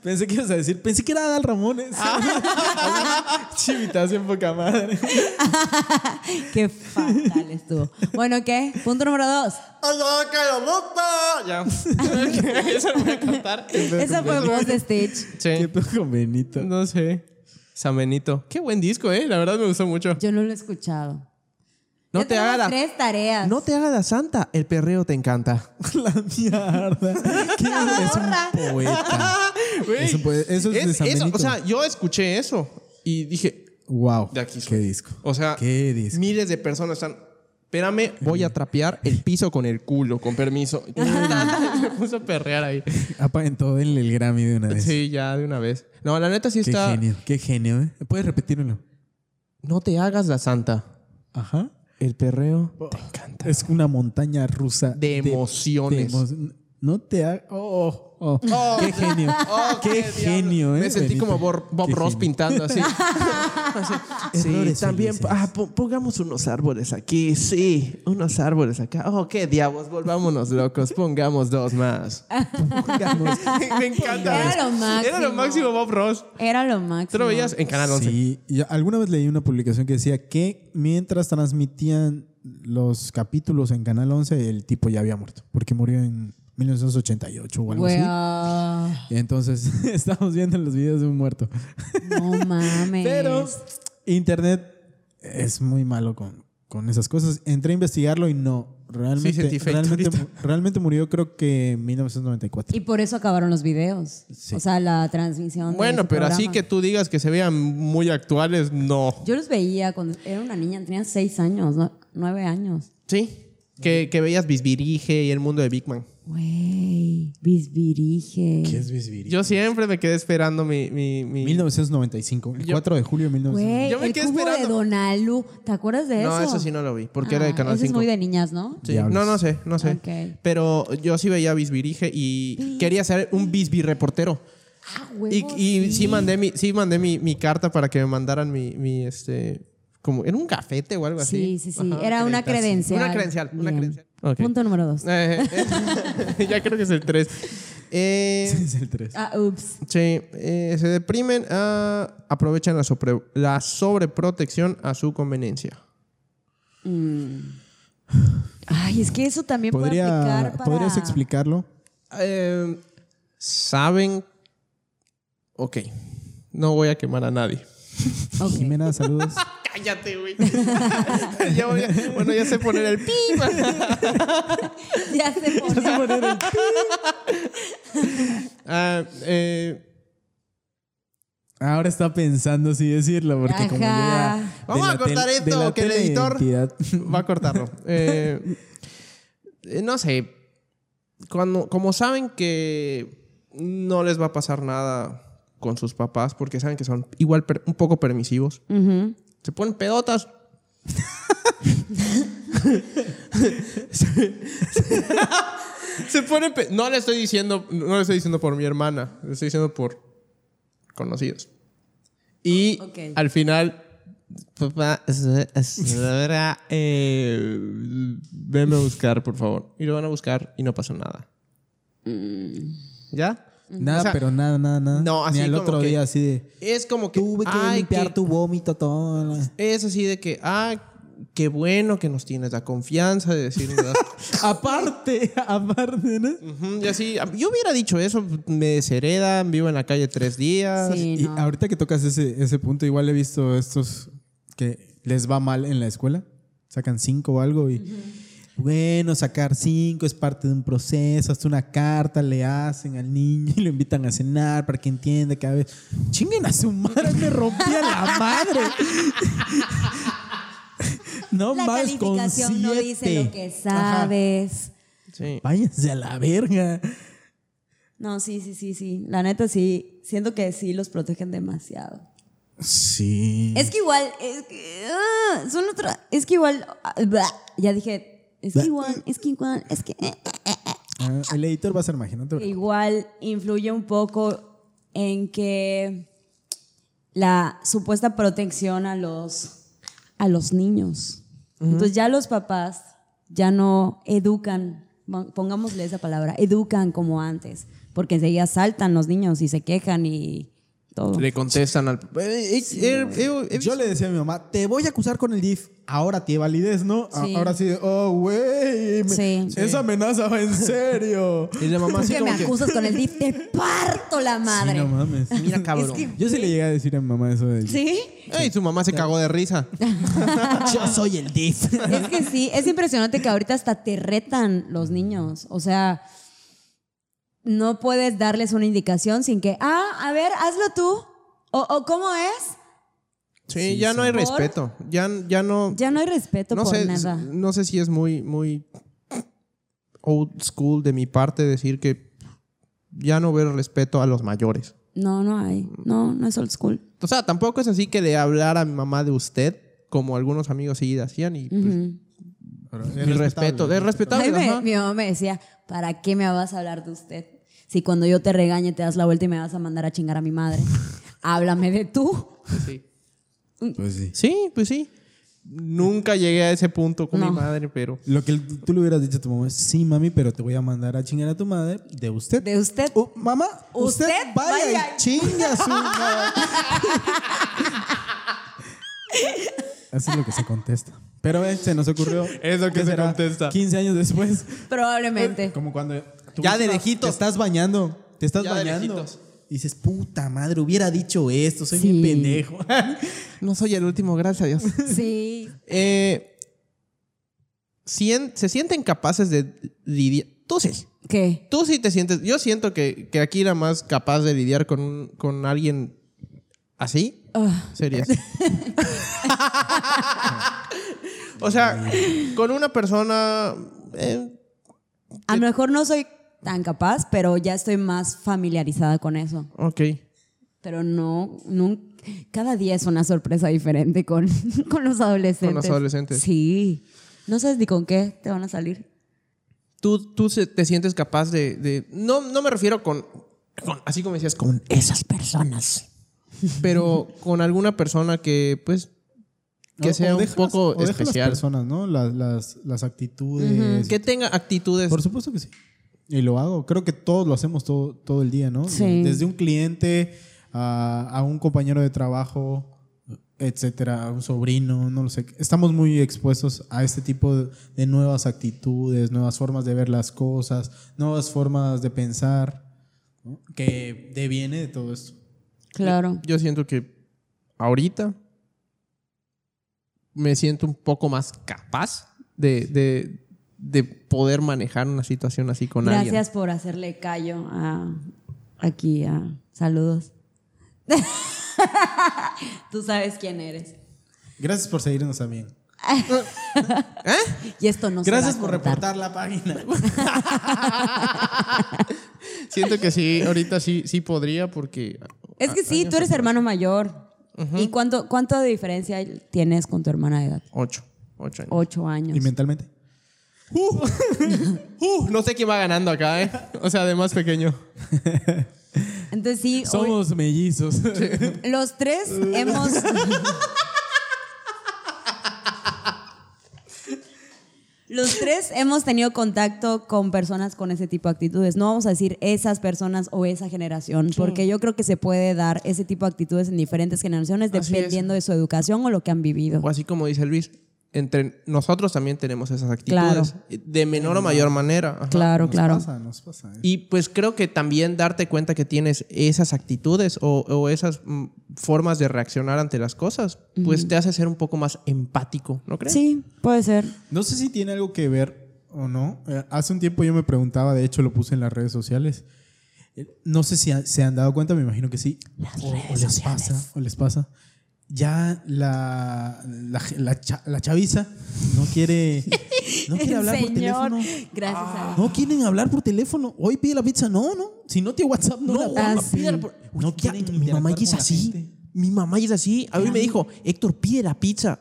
Pensé que ibas a decir, pensé que era Adal Ramones. Ah. Chivita en poca madre. Qué fatal estuvo. Bueno, ¿qué? Punto número dos. Ya. Eso lo voy a cantar. Esa fue voz de Stitch. Qué Sí. pedo con Benito. No sé. San Benito. Qué buen disco, eh. La verdad me gustó mucho. Yo no lo he escuchado. No Ya te tenemos hagas la. Tres tareas. No te hagas la santa. El perreo te encanta. La mierda. Qué es Porra. un poeta. Es un poe- eso es de San Benito. O sea, yo escuché eso y dije, Wow. De aquí soy. Qué disco. o sea, Qué disco. miles de personas están. Espérame, voy a trapear el piso con el culo, con permiso. Y Me puso a perrear ahí. Apa, en todo el, el Grammy de una vez. Sí, ya de una vez. No, la neta sí Pues Qué está. genio. Qué genio, ¿eh? ¿Puedes repetírmelo? No te hagas la santa. Ajá. El perreo te encanta. Es una montaña rusa. De emociones. emo- no te hagas. Oh, oh, oh. qué genio. qué, genio, ¿eh? Me sentí Benito. como Bor- Bob Qué Ross genio. pintando así. Errores también felices. ah, po- pongamos unos árboles aquí, sí, unos árboles acá. Oh, qué diablos, volvamos. Vámonos locos, pongamos dos más. Me encanta. Era eso. lo máximo. Era lo máximo Bob Ross. Era lo máximo. ¿Tú lo veías en Canal 11? Sí, y alguna vez leí una publicación que decía que mientras transmitían los capítulos en Canal 11, el tipo ya había muerto, porque murió en 1988 o algo así. Wow. Y entonces estamos viendo los videos de un muerto. No mames. Pero internet es muy malo con, con esas cosas. Entré a investigarlo y no, Sí, realmente, sentí fake realmente, ahorita. mu- realmente murió creo que en 1994. Y por eso acabaron los videos. O sea, la transmisión. de Bueno, ese pero así programa. que tú digas que se vean muy actuales, no. Yo los veía cuando era una niña, tenía seis años, no- nueve años. Sí. Que, que veías Bisbirige y el mundo de Big Man. Güey, bisbirige. Yo siempre me quedé esperando mi. mi, mi- 1995, el Yo- 4 de julio de 1995. Güey, Yo me el quedé cubo de esperando. Donalu. ¿Te acuerdas de eso? no, eso sí no lo vi, porque era de Ah, Canal ese 5. es muy de niñas, ¿no? Sí. Diablos. No, no sé, no sé. Ok. Pero yo sí veía Bisbirige y quería ser un Bisbirreportero. reportero. Ah, huevo, Y, y sí. mandé mi, sí mandé mi, mi carta para que me mandaran mi, mi este como era un cafete o algo Sí, así. sí, sí. Era una credencia credencial. Una credencial, una Bien. credencial. Ok. Punto número dos. Eh, eh, ya creo que es el 3. Es el 3. Ah, ups. sí, eh, se deprimen, ah, aprovechan la, sobre- la sobreprotección a su conveniencia. Ay, es que eso también puede ¿Podría, aplicar para... ¿Podrías explicarlo? Eh, Saben. Ok, no voy a quemar a nadie. Ok. Jimena, saludos. cállate, güey. Ya voy a- bueno, ya sé poner el pi. Ya se pone. Ah, eh, Ahora está pensando si decirlo, porque como llega. Ajá. de Vamos a la cortar tel- de esto, la que el editor- teleidentidad. va a cortarlo. Eh, eh, no sé. Cuando, como saben que no les va a pasar nada con sus papás, porque saben que son igual per- un poco permisivos. Ujú. Se ponen pedotas. se ponen pe- no le estoy diciendo no le estoy diciendo por mi hermana, le estoy diciendo por conocidos. Y Ok. al final papá eh, venme a buscar, por favor. Y lo van a buscar y no pasó nada. ¿Ya? Nada, O sea, pero nada, nada, nada. no, así Ni al como otro que- día, así de. Es como que Tuve que ay, limpiar que- tu vómito todo. la-". Es así de que, ah, qué bueno que nos tienes la confianza de decirnos. las- aparte, aparte, ¿no? Ujú, y así, ah, yo hubiera dicho eso, me desheredan, vivo en la calle tres días. Sí, Y no. ahorita que tocas ese, ese punto, igual he visto estos que les va mal en la escuela. Sacan cinco o algo y. Bueno, sacar cinco es parte de un proceso. Hasta una carta le hacen al niño y lo invitan a cenar para que entienda que a veces. Chinguen a su madre, me rompía la madre. no La más con calificación no dice siete. lo que sabes. Sí. Váyanse a la verga. No, sí, sí, sí, sí. La neta sí. Siento que sí los protegen demasiado. Sí. Es que igual, es que. ah, son otra. Es que igual. ah, bla, ya dije. Es que igual, es que igual, es que. eh, eh, Ah, el editor va a ser magia, no te que Igual influye un poco en que la supuesta protección a los, a los niños. Entonces ya los papás ya no educan, pon- pongámosle esa palabra, educan como antes, porque enseguida saltan los niños y se quejan y todo. Le contestan al... Eh, eh, eh, eh, eh, Yo le decía a mi mamá, te voy a acusar con el DIF. Ahora tiene validez, ¿no? A- Sí. Ahora sí, oh, güey. me- Sí. Esa amenaza va en serio. y la mamá así que me como que... acusas con el DIF, te parto la madre. Sí, no mames. Mira, cabrón. Es que- Yo sí le llegué a decir a mi mamá eso del DIF. ¿Sí? Eh, y su mamá se cagó de risa. Yo soy el DIF. Es que sí, es impresionante que ahorita hasta te retan los niños. O sea, no puedes darles una indicación sin que, ah, a ver, hazlo tú. O, o cómo es. Sí, ya no hay ¿Por? respeto. Ya, ya no... Ya no hay respeto no por sé, nada. no sé si es muy, muy old school de mi parte decir que ya no ver respeto a los mayores. No, no hay. No, no es old school. O sea, tampoco es así que le hablara a mi mamá de usted, como algunos amigos sí hacían, y pues, Ujú. el respeto, es respetable. Ay, me- ajá. mi mamá me decía, ¿para qué me vas a hablar de usted? Si cuando yo te regañe te das la vuelta y me vas a mandar a chingar a mi madre. Háblame de tú. Sí. Pues sí. Sí, pues sí. Nunca llegué a ese punto con No. mi madre, pero Lo que tú le hubieras dicho a tu mamá es, sí, mami, pero te voy a mandar a chingar a tu madre de usted. De usted. Oh, mamá, usted, Usted vaya, vaya. y chinga a su madre. Así es lo que se contesta. Pero eh, se nos ocurrió. Es lo que ¿qué se contesta. 15 años después. Probablemente. Como cuando. tú Ya de misma lejitos. Te estás bañando. Te estás Ya de bañando. lejitos. Y dices, puta madre, hubiera dicho esto, soy Sí. un pendejo. no soy el último, gracias a Dios. Sí. Eh, sien- se sienten capaces de lidiar. Tú sí. ¿Qué? Tú sí te sientes. Yo siento que, que aquí era más capaz de lidiar con, un- con alguien así. Ah. Serías. o sea, con una persona. eh, A lo mejor no soy tan capaz, pero ya estoy más familiarizada con eso. ok. Pero no, nun- cada día es una sorpresa diferente con, con los adolescentes. Con los adolescentes. Sí. No sabes ni con qué te van a salir. Tú, tú se- te sientes capaz de. de- no, no me refiero con, con- Así como decías, con. Esas personas. Pero con alguna persona que, pues. Que O- sea o un deja poco las- o deja Las especial. personas, ¿no? Las, las, las actitudes. Que tenga actitudes. Por supuesto que sí. Y lo hago. Creo que todos lo hacemos todo, todo el día, ¿no? Sí. Desde un cliente a, a un compañero de trabajo, etcétera, a un sobrino, no lo sé. Estamos muy expuestos a este tipo de, de nuevas actitudes, nuevas formas de ver las cosas, nuevas formas de pensar, ¿no? que deviene de todo esto. Claro. Yo siento que ahorita me siento un poco más capaz de, de- de poder manejar una situación así con alguien. Gracias por hacerle callo a, aquí a saludos. Tú sabes quién eres. Gracias por seguirnos también. Y esto no se Gracias va a por cortar. reportar la página. Siento que sí, ahorita sí, sí podría porque... Es que sí, tú eres hermano mayor. ¿Y cuánto, cuánto de diferencia tienes con tu hermana de edad? ah, Ocho. Ocho años. Ocho años. ¿Y mentalmente? Uh, uh, no sé quién va ganando acá, ¿eh? O sea, de más pequeño. Entonces sí, hoy- Somos mellizos. los tres hemos... Los tres hemos tenido contacto con personas con ese tipo de actitudes. No vamos a decir esas personas o esa generación, porque yo creo que se puede dar ese tipo de actitudes en diferentes generaciones Así es. dependiendo de su educación o lo que han vivido. O así como dice Luis, entre nosotros también tenemos esas actitudes. De menor o mayor manera. Ajá. Claro, claro. Pasa, nos pasa. Y pues creo que también darte cuenta que tienes esas actitudes o, o esas mm, formas de reaccionar ante las cosas, pues te hace ser un poco más empático, ¿no crees? Sí, puede ser. No sé si tiene algo que ver o no. Eh, hace un tiempo yo me preguntaba, de hecho lo puse en las redes sociales. Eh, No sé si ha- se han dado cuenta, me imagino que sí. o, o les pasa, o les pasa. Ya la, la, ge- la cha- la chaviza no quiere, no quiere hablar por Señor, teléfono. Ah. gracias a No quieren hablar por teléfono. Hoy pide la pizza. No, no. Si no tiene WhatsApp, no, la Ah, pidas. sí. No Ya, quieren mi mamá ya interactuar es con la gente. así. Mi mamá es así. A mí me dijo, Héctor, pide la pizza.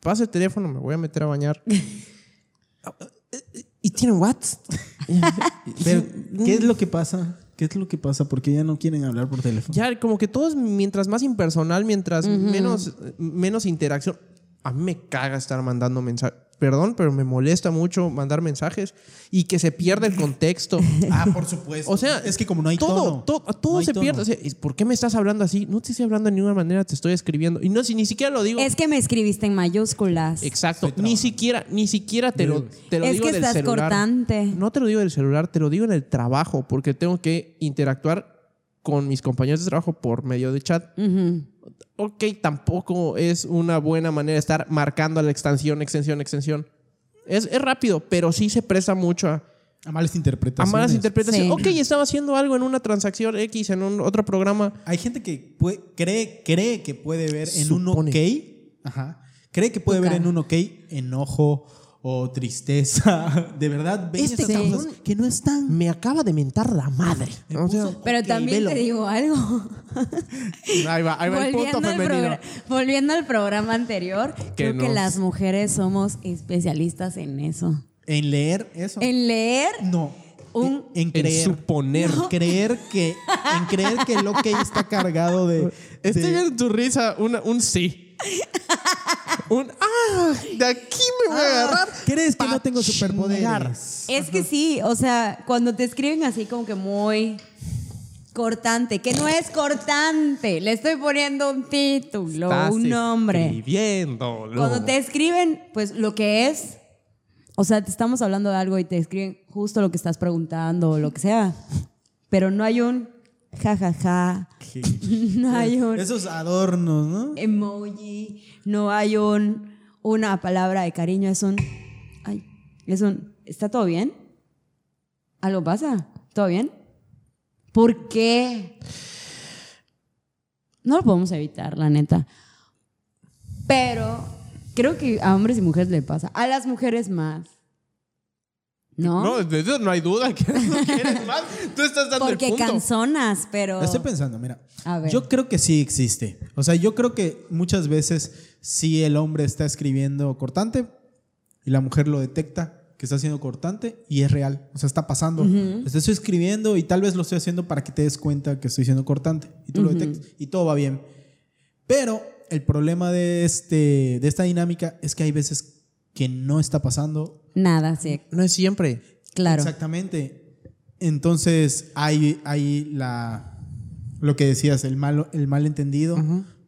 Pasa el teléfono, me voy a meter a bañar. ¿Y tienen WhatsApp? Pero, ¿qué es lo que pasa? ¿Qué es lo que pasa? Porque ya no quieren hablar por teléfono. Ya, como que todos, mientras más impersonal, mientras menos, menos interacción. A mí me caga estar mandando mensajes. Perdón, pero me molesta mucho mandar mensajes y que se pierda el contexto. Ah, por supuesto. O sea, es que como no hay todo, tono, todo, todo no hay se tono. pierde. O sea, ¿y ¿Por qué me estás hablando así? No te estoy hablando de ninguna manera, te estoy escribiendo. Y no, si ni siquiera lo digo. Es que me escribiste en mayúsculas. Exacto. Ni siquiera, ni siquiera te lo, te lo Es digo que del estás celular. cortante. No te lo digo del celular, te lo digo en el trabajo, porque tengo que interactuar con mis compañeros de trabajo por medio de chat. Ujú. Ok, tampoco es una buena manera de estar marcando la extensión, extensión, extensión. Es, es rápido, pero sí se presta mucho a, A malas a interpretaciones. malas interpretaciones. Sí. Ok, estaba haciendo algo en una transacción X, en un otro programa. Hay gente que pue- cree, cree que puede ver en un Supone. ok. Ajá. Cree que puede Tu ver cara. en un ok enojo o tristeza. De verdad, ven Este esas cosas. cabrón que no están. Me acaba de mentar la madre. O sea, Pero también te digo algo. ahí va, ahí va el punto volviendo, al femenino. progra- volviendo al programa anterior, creo que no. las mujeres somos especialistas en eso. En leer eso. En leer no. un- en, en En creer. suponer. En creer que en creer que el ok está cargado de, Estoy de- viendo en tu risa una- un sí. un ah, de aquí me Ah, voy a agarrar. Ah, crees que pa' no tengo chingar. superpoderes Es que sí, o sea, cuando te escriben así como que muy cortante, que no es cortante, le estoy poniendo un título, Estás un nombre. escribiéndolo. Cuando te escriben, pues lo que es, o sea, te estamos hablando de algo y te escriben justo lo que estás preguntando o lo que sea, pero no hay un jajaja, no hay un esos adornos no emoji, no hay un una palabra de cariño, es un ay, es un ¿está todo bien? ¿Algo pasa? ¿Todo bien? ¿Por qué? No lo podemos evitar, la neta. Pero creo que a hombres y mujeres le pasa, a las mujeres más. ¿No? No, de eso no hay duda que no quieres más. Tú estás dando el Porque punto. canzonas, pero Estoy pensando, mira. A ver. Yo creo que sí existe. O sea, yo creo que muchas veces si el hombre está escribiendo cortante y la mujer lo detecta que está haciendo cortante y es real. O sea, está pasando. Te Estoy escribiendo y tal vez lo estoy haciendo para que te des cuenta que estoy siendo cortante y tú lo detectas y todo va bien. Pero el problema de, este, de esta dinámica es que hay veces que no está pasando nada, sí, No es siempre. claro. Exactamente. Entonces hay, hay la lo que decías, el mal, el malentendido.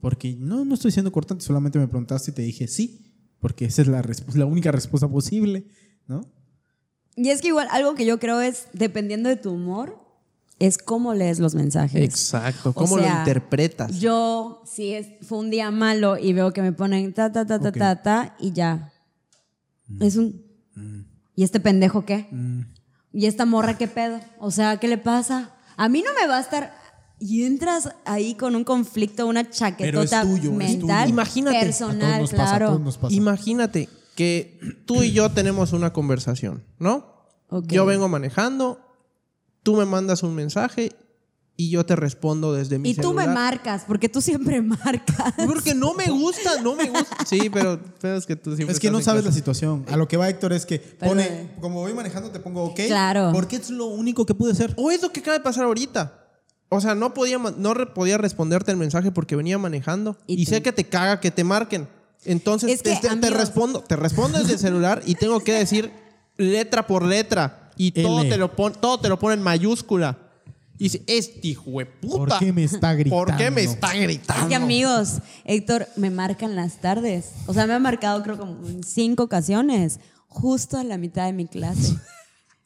Porque no, no estoy siendo cortante, solamente me preguntaste y te dije sí, porque esa es la, respu- la única respuesta posible, ¿no? Y es que igual algo que yo creo es, dependiendo de tu humor, es cómo lees los mensajes. Exacto. O ¿Cómo sea, lo interpretas? Yo, si es, fue un día malo y veo que me ponen ta, ta, ta, ta, Ok. ta, ta, y ya. Es un. ¿Y este pendejo qué? Mm. ¿Y esta morra qué pedo? O sea, ¿qué le pasa? A mí no me va a estar. Y entras ahí con un conflicto, una chaquetota tuyo, es mental, tuyo. Imagínate. personal, a todos nos pasa, claro. a todos nos pasa. Imagínate que tú y yo tenemos una conversación, ¿no? Ok. Yo vengo manejando, tú me mandas un mensaje y yo te respondo desde mi y tú me celular. marcas, porque tú siempre marcas. Porque no me gusta, no me gusta. Sí, pero, pero es que tú siempre Es que estás no en sabes casa. la situación. A lo que va Héctor es que pone, eh. como voy manejando, te pongo ok. Claro. Porque es lo único que pude hacer. O es lo que acaba de pasar ahorita. O sea, no podía, ma- no re- podía responderte el mensaje porque venía manejando. Y Y, te- sé que te caga que te marquen. Entonces Es que, este, te, amigos- respondo, te respondo desde el celular y tengo que decir letra por letra. Y todo L. te, lo pon, todo te lo pone en mayúscula. Y dice, este hijo de puta. ¿Por qué me está gritando? ¿Por qué me está gritando? Es que amigos, Héctor, me marcan las tardes. O sea, me ha marcado creo como en cinco ocasiones, justo a la mitad de mi clase.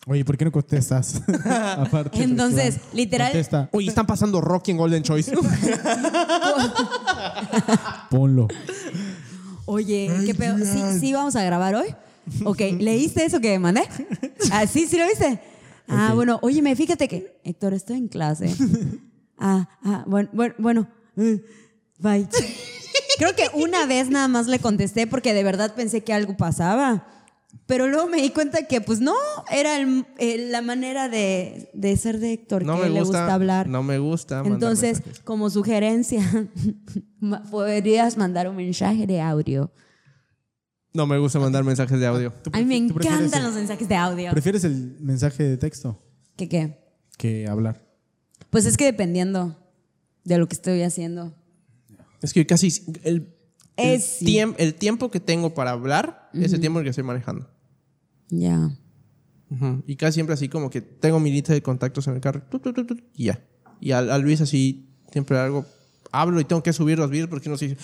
Oye, ¿por qué no contestas? pues, Aparte, Entonces, porque, literal- Contesta, Oye, están pasando Rocky en Golden Choice. ponlo. Oye, ¿qué pedo? ¿Sí, sí vamos a grabar hoy? Ok, ¿leíste eso que mandé? Ah, sí, sí lo viste. Ah, bueno, óyeme, fíjate que, Héctor, estoy en clase. Ah, ah, bueno, bueno, bueno. Eh, Bye. Creo que una vez nada más le contesté porque de verdad pensé que algo pasaba. Pero luego me di cuenta que, pues no, era el- eh, la manera de, de ser de Héctor, No que me le gusta, gusta hablar. No me gusta. mandar Entonces, mensajes. como sugerencia, ma- podrías mandar un mensaje de audio. No me gusta mandar mensajes de audio. ¿Tú A mí me prefi- tú prefieres encantan el- los mensajes de audio. ¿Prefieres el mensaje de texto ¿Qué qué? que hablar? Pues es que dependiendo de lo que estoy haciendo. Es que casi el, el Es- sí. tiemp- el tiempo que tengo para hablar es el tiempo en el que estoy manejando. Ya. Ujú. Y casi siempre así como que tengo mi lista de contactos en el carro tu, tu, tu, tu, y ya. Y a, a Luis así siempre algo hablo y tengo que subir los videos porque no sé.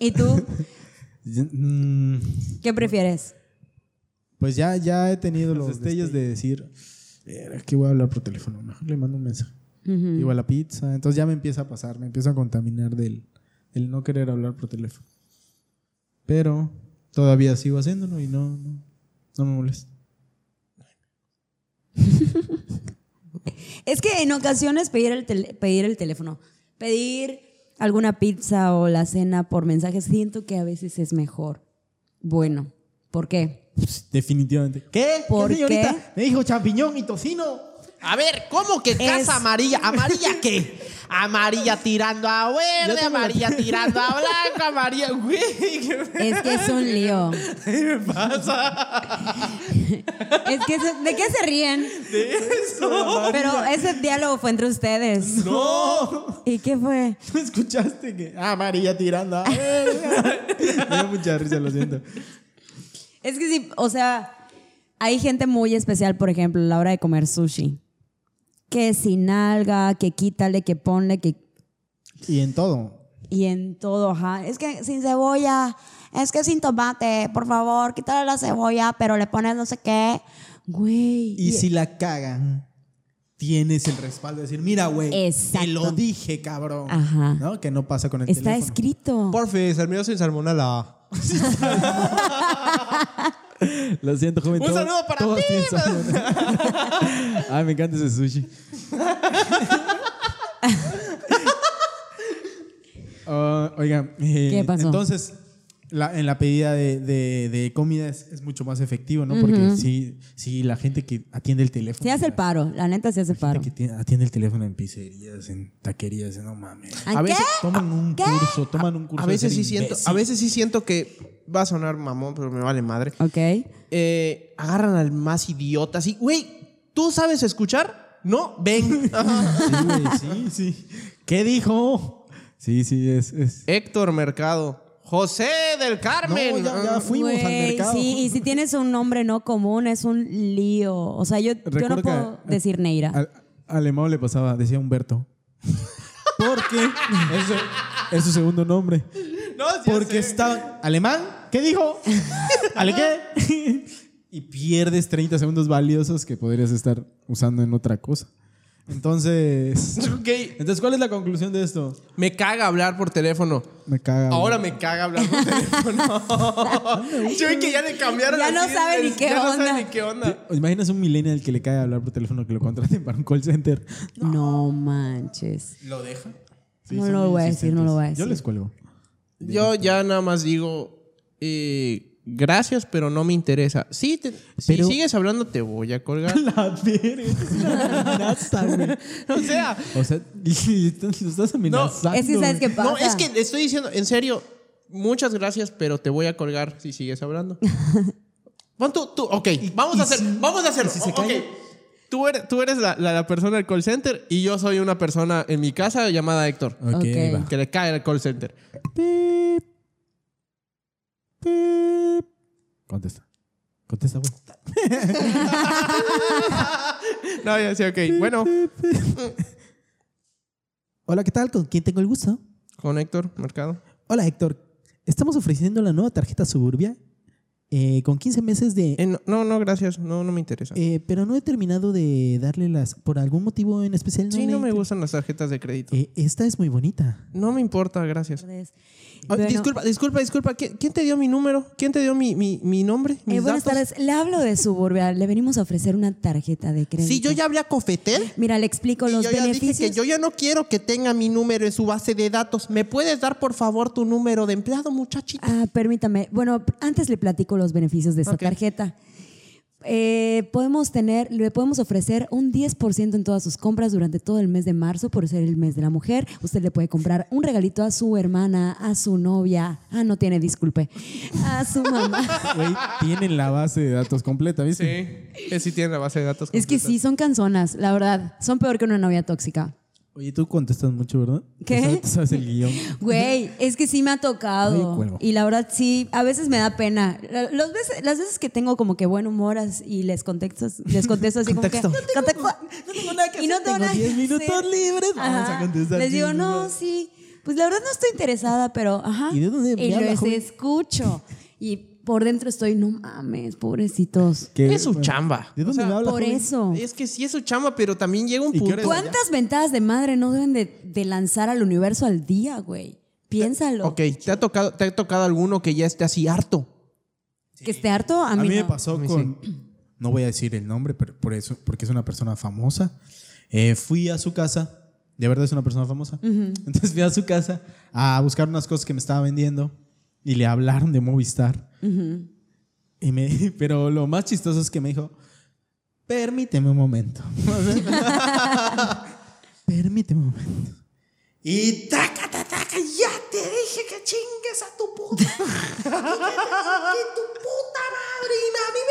¿Y tú Mm, qué prefieres? Pues ya, ya he tenido los destellos de decir, "Verga, que voy a hablar por teléfono, mejor le mando un mensaje. Igual la pizza, entonces ya me empieza a pasar, me empieza a contaminar del, del no querer hablar por teléfono. Pero todavía sigo haciéndolo y no, no, no me molesta. Es que en ocasiones pedir el, tel- pedir el teléfono, pedir alguna pizza o la cena por mensaje, siento que a veces es mejor. Bueno, ¿por qué? Definitivamente. ¿Qué? ¿Por ¿Qué, señorita? qué? Me dijo champiñón y tocino. A ver, ¿cómo que Es- casa amarilla? ¿Amarilla qué? Amarilla tirando a verde, amarilla tirando a blanco, amarilla. Güey, ¿qué Es que es un lío. me pasa? Es que es- ¿De qué se ríen? Pero ese diálogo fue entre ustedes. No. ¿Y qué fue? ¿No escuchaste que? Ah, María tirando. ah, Me da mucha risa, lo siento. Es que sí, o sea, hay gente muy especial, por ejemplo, a la hora de comer sushi. Que sin alga, que quítale, que ponle, que... Y en todo. Y en todo, ajá. Es que sin cebolla, es que sin tomate, por favor, quítale la cebolla, pero le pones no sé qué. Güey. Y si la cagan, tienes el respaldo de decir, mira, güey, Exacto. te lo dije, cabrón. Ajá. ¿No? Que no pasa con el Está teléfono. escrito. Porfi, salmón sin salmonela. Lo siento, joven. Un todos- saludo para todos ti, tienen salud. Ay, me encanta ese sushi. Ah, oiga, eh, ¿Qué pasó? entonces, la- en la pedida de, de- de comida es, es mucho más efectivo, ¿no? Porque si, si la gente que atiende el teléfono. Se hace el paro, la neta se hace el la paro. gente que tiene- atiende el teléfono en pizzerías, en taquerías, no mames. ¿Ah, A ¿Qué? veces Toman un curso, toman un curso. A de veces ser sí siento, a imbécil. veces sí siento que va a sonar mamón, pero me vale madre. Ok. Eh, agarran al más idiota así, güey, ¿tú sabes escuchar? No, ven. Ajá. Sí, güey, sí, sí. ¿Qué dijo? Sí, sí, es. es- Héctor Mercado. José del Carmen. No, ya- ya Ah. fuimos al Güey, mercado. Sí, y si tienes un nombre no común, es un lío. O sea, yo, yo no Recuerdo que- puedo decir Neira. Al, al Emao le pasaba, decía Humberto. Porque es, su- es su segundo nombre. No, sí, Porque estaba. ¿Alemán? ¿Qué dijo? ¿Ale qué? y pierdes 30 segundos valiosos que podrías estar usando en otra cosa. Entonces, Ok, entonces ¿cuál es la conclusión de esto? me caga hablar por teléfono. Me caga. güey. Ahora me caga hablar por teléfono. Yo vi que ya le cambiaron Ya no así sabe ni qué ya no sabe onda. ni qué onda. ¿Te imaginas un millennial que le cae hablar por teléfono que lo contraten para un call center? No, manches. ¿Lo deja? Sí, No son lo muy voy a decir, no lo voy a insistentes. Yo decir. les cuelgo. Yo ya nada más digo, eh, gracias, pero no me interesa. Sí, te- Pero- si sigues hablando, te voy a colgar. La verga, es una amenaza, güey. o sea, O sea, lo estás amenazando. Es que sabes qué pasa. no, es que le estoy diciendo, en serio, muchas gracias, pero te voy a colgar si sigues hablando. Pon tú, tú, ok, vamos a hacer, vamos a hacer, ok. Tú eres, tú eres la, la- la persona del call center y yo soy una persona en mi casa llamada Héctor. Ok, Ok. va. Que le cae el call center. Contesta. Contesta, güey. Ah, No, yo decía, ok, bueno, Hola, ¿qué tal? ¿Con quién tengo el gusto? con Héctor, mercado. Hola, Héctor. Estamos ofreciendo la nueva tarjeta Suburbia eh, con 15 meses de... Eh, no, no, no, gracias, no, no me interesa. eh, pero no he terminado de darle las... ¿Por algún motivo en especial? Sí, le no me inter- gustan las tarjetas de crédito. Eh, esta es muy bonita. No me importa, gracias. Verdes. Ah, Bueno, disculpa, disculpa, disculpa. ¿Quién, quién te dio mi número? ¿Quién te dio mi, mi, mi nombre? eh, ¿Mis buenas datos? tardes. Le hablo de Suburbia. Le venimos a ofrecer una tarjeta de crédito. Sí, yo ya hablé a Cofetel. Mira, le explico y los yo ya dije beneficios. que yo ya no quiero que tenga mi número en su base de datos. ¿Me puedes dar, por favor, tu número de empleado, muchachita? Ah, permítame. Bueno, pr- antes le platico los beneficios de esta tarjeta. Eh, podemos tener, le podemos ofrecer un 10% en todas sus compras durante todo el mes de marzo por ser el mes de la mujer. Usted le puede comprar un regalito a su hermana, a su novia, ah, no tiene, disculpe, a su mamá. Güey, tienen la base de datos completa, ¿viste? Sí, él sí tiene la base de datos. es que completa. sí, son canzonas, la verdad. Son peor que una novia tóxica. Oye, tú contestas mucho, ¿verdad? ¿Qué? Tú sabes- tú sabes el guión. Güey, es que sí me ha Ay, tocado. cuervo. y la verdad sí, a veces me da pena. La- Los veces, las veces que tengo como que buen humor as- y les contesto, les contesto así como que. Contexto. y no tengo nada que 10 minutos hacer. libres, vamos Ajá. a contestar Les digo, 10 no, minutos". sí. Pues la verdad no estoy interesada, pero ajá. ¿Y de dónde me Y habla, les joven? escucho. Y por dentro estoy, no mames, pobrecitos. Que- Es su chamba. ¿De dónde me habla, Por joven? eso. Es que sí es su chamba, pero también llega un ¿Y qué punto. hora ¿Cuántas ventadas de madre no deben de, de lanzar al universo al día, güey? Piénsalo. Ok, ¿te ha, tocado, ¿te ha tocado alguno que ya esté así harto? Que esté harto, a A mí, mí me no. pasó con. No voy a decir el nombre, pero por eso, porque es una persona famosa. Eh, fui a su casa. De verdad es una persona famosa. Entonces fui a su casa a buscar unas cosas que me estaba vendiendo y le hablaron de Movistar. y me, pero lo más chistoso es que me dijo: Permíteme un momento. Permíteme un momento. Y taca, taca, taca, ya te dije que chingues a tu puta. que, que tu puta madre, y a mí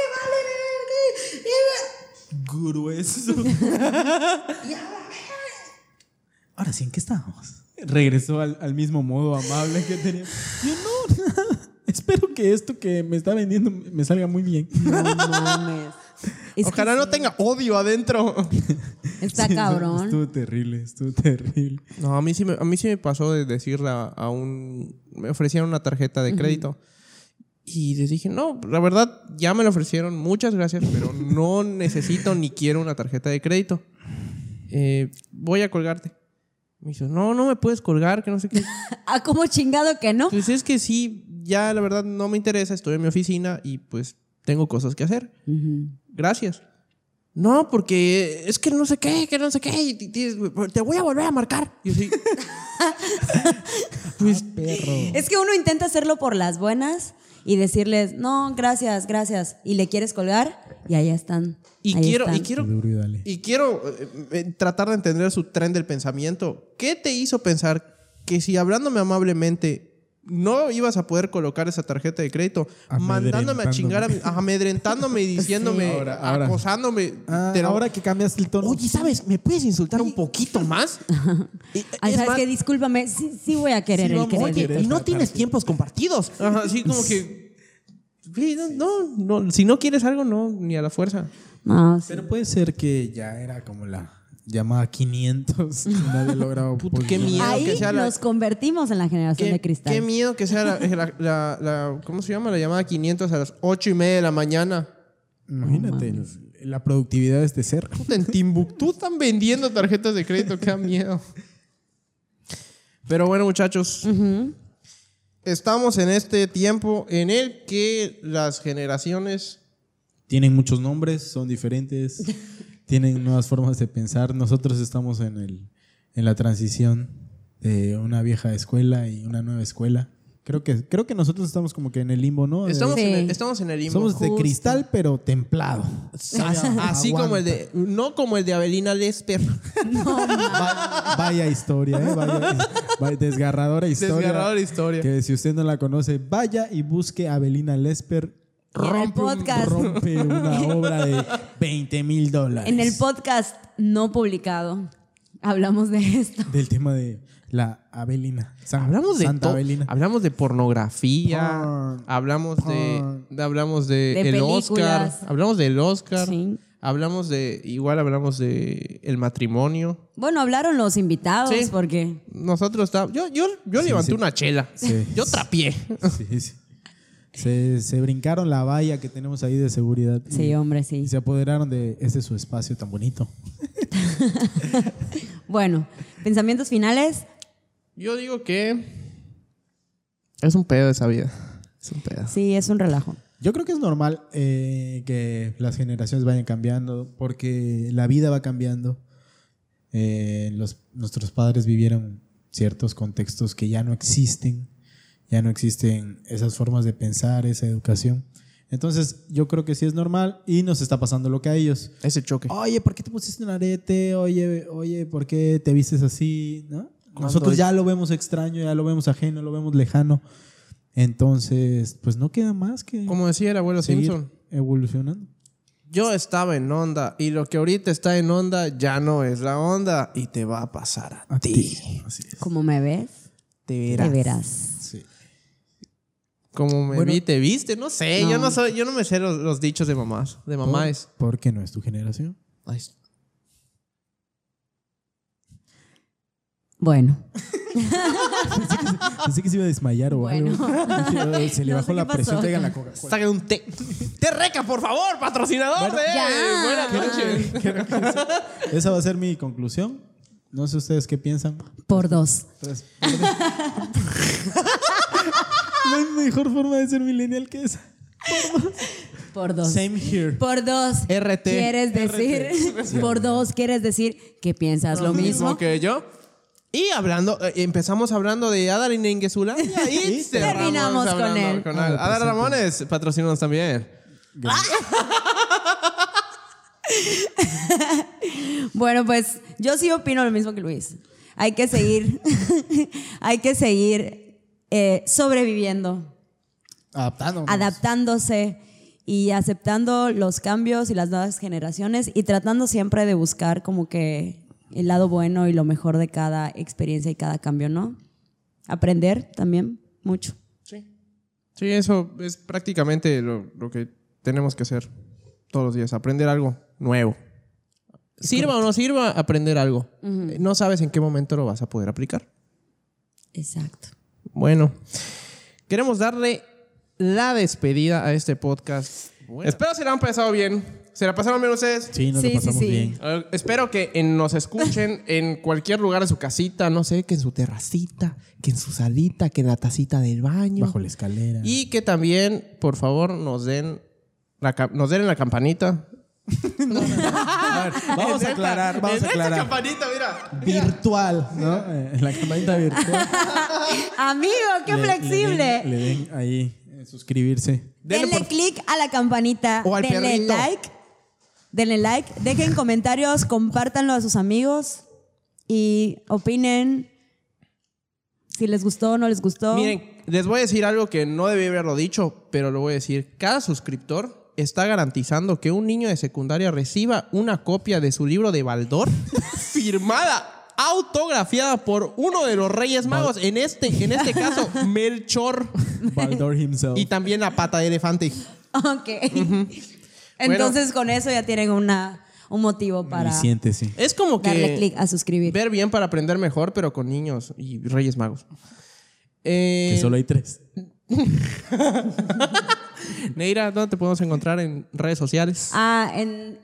me vale verga. y- Grueso. Ahora sí, ¿en qué estábamos? Regresó al, al mismo modo amable que tenía. Yo no. Espero que esto que me está vendiendo me salga muy bien. No mames. Es que Ojalá no sí, tenga odio adentro. Está cabrón. Estuvo terrible, estuvo terrible. No, a mí sí me, a mí sí me pasó de decirle a, a un... Me ofrecieron una tarjeta de crédito. Y les dije, no, la verdad, ya me la ofrecieron, muchas gracias, pero no necesito ni quiero una tarjeta de crédito. Eh, voy a colgarte. Me dijo, no, no me puedes colgar, que no sé qué. Ah, como chingado que no. Pues es que sí, ya la verdad no me interesa, estoy en mi oficina y pues tengo cosas que hacer. Gracias. No, porque es que no sé qué, que no sé qué, y ti- ti- te voy a volver a marcar. Y así, Pues, Es que uno intenta hacerlo por las buenas y decirles, no, gracias, gracias. Y le quieres colgar y allá están. y, ahí quiero, y están. quiero, Duro y dale. y quiero eh, eh, tratar de entender su tren del pensamiento. ¿Qué te hizo pensar que si hablándome amablemente no ibas a poder colocar esa tarjeta de crédito, mandándome a chingar, a mi- amedrentándome y diciéndome, Sí. Ahora, ahora. acosándome? Ah, te lo- ahora que cambias el tono. Oye, ¿sabes? ¿Me puedes insultar un un poco? poquito más. Y- Ay, es ¿sabes más- qué? Discúlpame, sí, sí voy a querer el vamos a crédito. querer. Y no tienes tiempos compartidos. Ajá, así como que. güey, no, no, no, si no quieres algo, no, ni a la fuerza. No, sí. Pero puede ser que ya era como la llamada 500. Nadie lograba. Puta, qué poner. miedo que Ahí sea la. nos convertimos en la generación Qué, de cristal. qué eh, miedo que sea la, la- la- la- ¿Cómo se llama? La llamada 500 a las 8 y media de la mañana. Imagínate No el- la productividad de este ser. Puta, en Timbuktu están vendiendo tarjetas de crédito, qué da miedo. Pero bueno, muchachos, estamos en este tiempo en el que las generaciones Tienen muchos nombres, son diferentes, tienen nuevas formas de pensar. Nosotros estamos en, el, en la transición de una vieja escuela y una nueva escuela. Creo que, creo que nosotros estamos como que en el limbo, ¿no? De- estamos, en, el, Sí. estamos en el limbo. somos de Justo. cristal, pero templado. Así, así como el de. No como el de Abelina Lesper. Va- vaya historia, ¿eh? Vaya, vaya- desgarradora historia. Desgarradora historia. Que si usted no la conoce, vaya y busque a Belina Lesper. En el podcast. Rompe una obra de 20 mil dólares. En el podcast no publicado hablamos de esto. Del tema de la Abelina. San- Hablamos de Santa to- Abelina. Hablamos de pornografía. Porn. hablamos de, Porn. de- Hablamos de, De el películas. Oscar. Hablamos del Oscar. Sí. Hablamos de. Igual hablamos de el matrimonio. Bueno, hablaron los invitados Sí. porque Nosotros está- Yo, yo, yo levanté una chela. Sí. Yo trapié. Sí, sí. Se, se brincaron la valla que tenemos ahí de seguridad. y- sí, hombre, sí. Y se apoderaron de este su espacio tan bonito. Bueno, pensamientos finales. Yo digo que. Es un pedo esa vida. Es un pedo. Sí, es un relajo. Yo creo que es normal eh, que las generaciones vayan cambiando porque la vida va cambiando. Eh, los, nuestros padres vivieron ciertos contextos que ya no existen, ya no existen esas formas de pensar, esa educación. Entonces yo creo que sí es normal y nos está pasando lo que a ellos. Ese choque. Oye, ¿por qué te pusiste un arete? Oye, oye, ¿por qué te vistes así? ¿No? Nosotros es? ya lo vemos extraño, ya lo vemos ajeno, lo vemos lejano. Entonces, pues no queda más que Como decía el abuelo seguir Simpson. evolucionando. Yo estaba en onda y lo que ahorita está en onda ya no es la onda y te va a pasar a, A ti. ti. Así es. Como me ves, Te te verás. verás. Como me vi, te viste, no sé, yo No. no soy, yo no me sé los, los dichos de mamás, de mamás. Porque no es tu generación. Ay, s- Bueno, Pensé que se iba a desmayar o Bueno. algo. Dije, "Ay, Se le No bajó sé la qué pasó. presión, traigan la coca. Saca un té. Té reca, por favor, patrocinador de Ya. Buenas noches. Esa va a ser mi conclusión. No sé ustedes qué piensan. por dos. No hay mejor forma de ser millennial que esa. Por dos. Same here. Por dos. RT. Quieres decir. por dos, quieres decir que piensas lo mismo. que yo. Y hablando, eh, empezamos hablando de Adalyn Ingesulaya y cerramos terminamos con hablando él. Ah, pues con Adal Adal Ramones, patrocínanos también. Bueno, pues yo sí opino lo mismo que Luis. Hay que seguir. hay que seguir eh, sobreviviendo. Adaptándonos. adaptándose y aceptando los cambios y las nuevas generaciones y tratando siempre de buscar como que el lado bueno y lo mejor de cada experiencia y cada cambio, ¿no? Aprender también mucho. Sí, eso es prácticamente lo, lo que tenemos que hacer todos los días, aprender algo nuevo. Sirva o no sirva, aprender algo. Eh, No sabes en qué momento lo vas a poder aplicar. Exacto. Bueno, queremos darle la despedida a este podcast. Espero se la han pasado bien. ¿Se la pasaron bien ustedes? Sí, nos Sí, lo sí, pasamos sí. bien. Eh, espero que en- nos escuchen en cualquier lugar de su casita, no sé, que en su terracita, que en su salita, que en la tacita del baño. Bajo la escalera. Y que también, por favor, nos den la, ca- nos den la campanita. Ah, Vamos a aclarar, vamos a aclarar. campanita, mira. Virtual, ¿no? Eh, La campanita virtual. Amigo, qué Le- Le flexible. den, le den ahí, eh, suscribirse. Denle denle por- click a la campanita, O al denle perrito. like, denle like, dejen comentarios, compártanlo a sus amigos y opinen si les gustó o no les gustó. Miren, les voy a decir algo que no debí haberlo dicho, pero lo voy a decir. Cada suscriptor está garantizando que un niño de secundaria reciba una copia de su libro de Baldor firmada, autografiada por uno de los Reyes Magos, en este, en este caso, Melchor Baldor himself. y también la pata de elefante. Ok. Entonces con eso ya tienen una, un motivo para Siente, sí. Es como que darle clic a suscribir. Ver bien para aprender mejor, pero con niños y Reyes Magos. Eh, Que solo hay tres. Neira, ¿dónde te podemos encontrar en redes sociales? Ah, en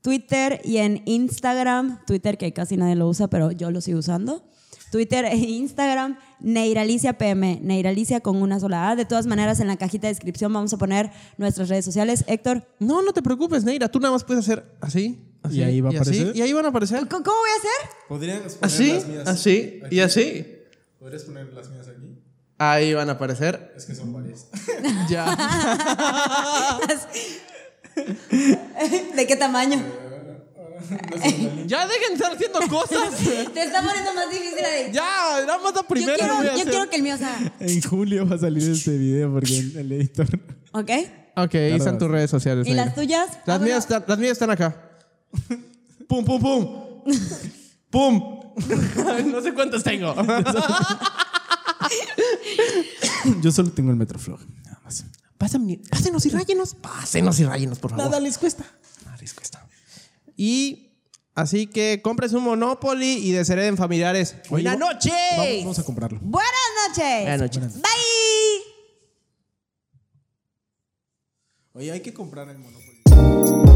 Twitter y en Instagram. Twitter que casi nadie lo usa, pero yo lo sigo usando. Twitter e Instagram, Neiralicia PM, Neiralicia con una sola A. De todas maneras, en la cajita de descripción vamos a poner nuestras redes sociales. Héctor, No, no te preocupes, Neira. Tú nada más puedes hacer así. así Y ahí va a así, aparecer. y ahí van a aparecer. ¿c- ¿cómo voy a hacer? ¿Podrías ¿Ah, poner Así, las mías? así y así. ¿Podrías poner las mías aquí? Ahí van a aparecer. Es que son varias. Ya. ¿De qué tamaño? ya dejen de estar haciendo cosas. Te está poniendo más difícil la de- ya, nada más la Yo primera. quiero, voy a yo hacer. quiero que el mío sea. En julio va a salir este video porque el editor. ¿Ok? Ok, ahí están tus redes sociales. ¿Y las Neira. tuyas? Ah, Las bueno. mías, están- las mías están acá. pum, pum, pum. pum. no sé cuántas tengo. Yo solo tengo el Metroflog. Nada más. Pásame- pásenos y rayenos. Pásenos y rayenos, por favor. Ah, les cuesta. Nada les cuesta. Y así que compres un Monopoly y deshereden familiares. ¡Buena noche! Vamos, vamos a comprarlo. Buenas noches. Buenas noches. Bye. Oye, hay que comprar el Monopoly.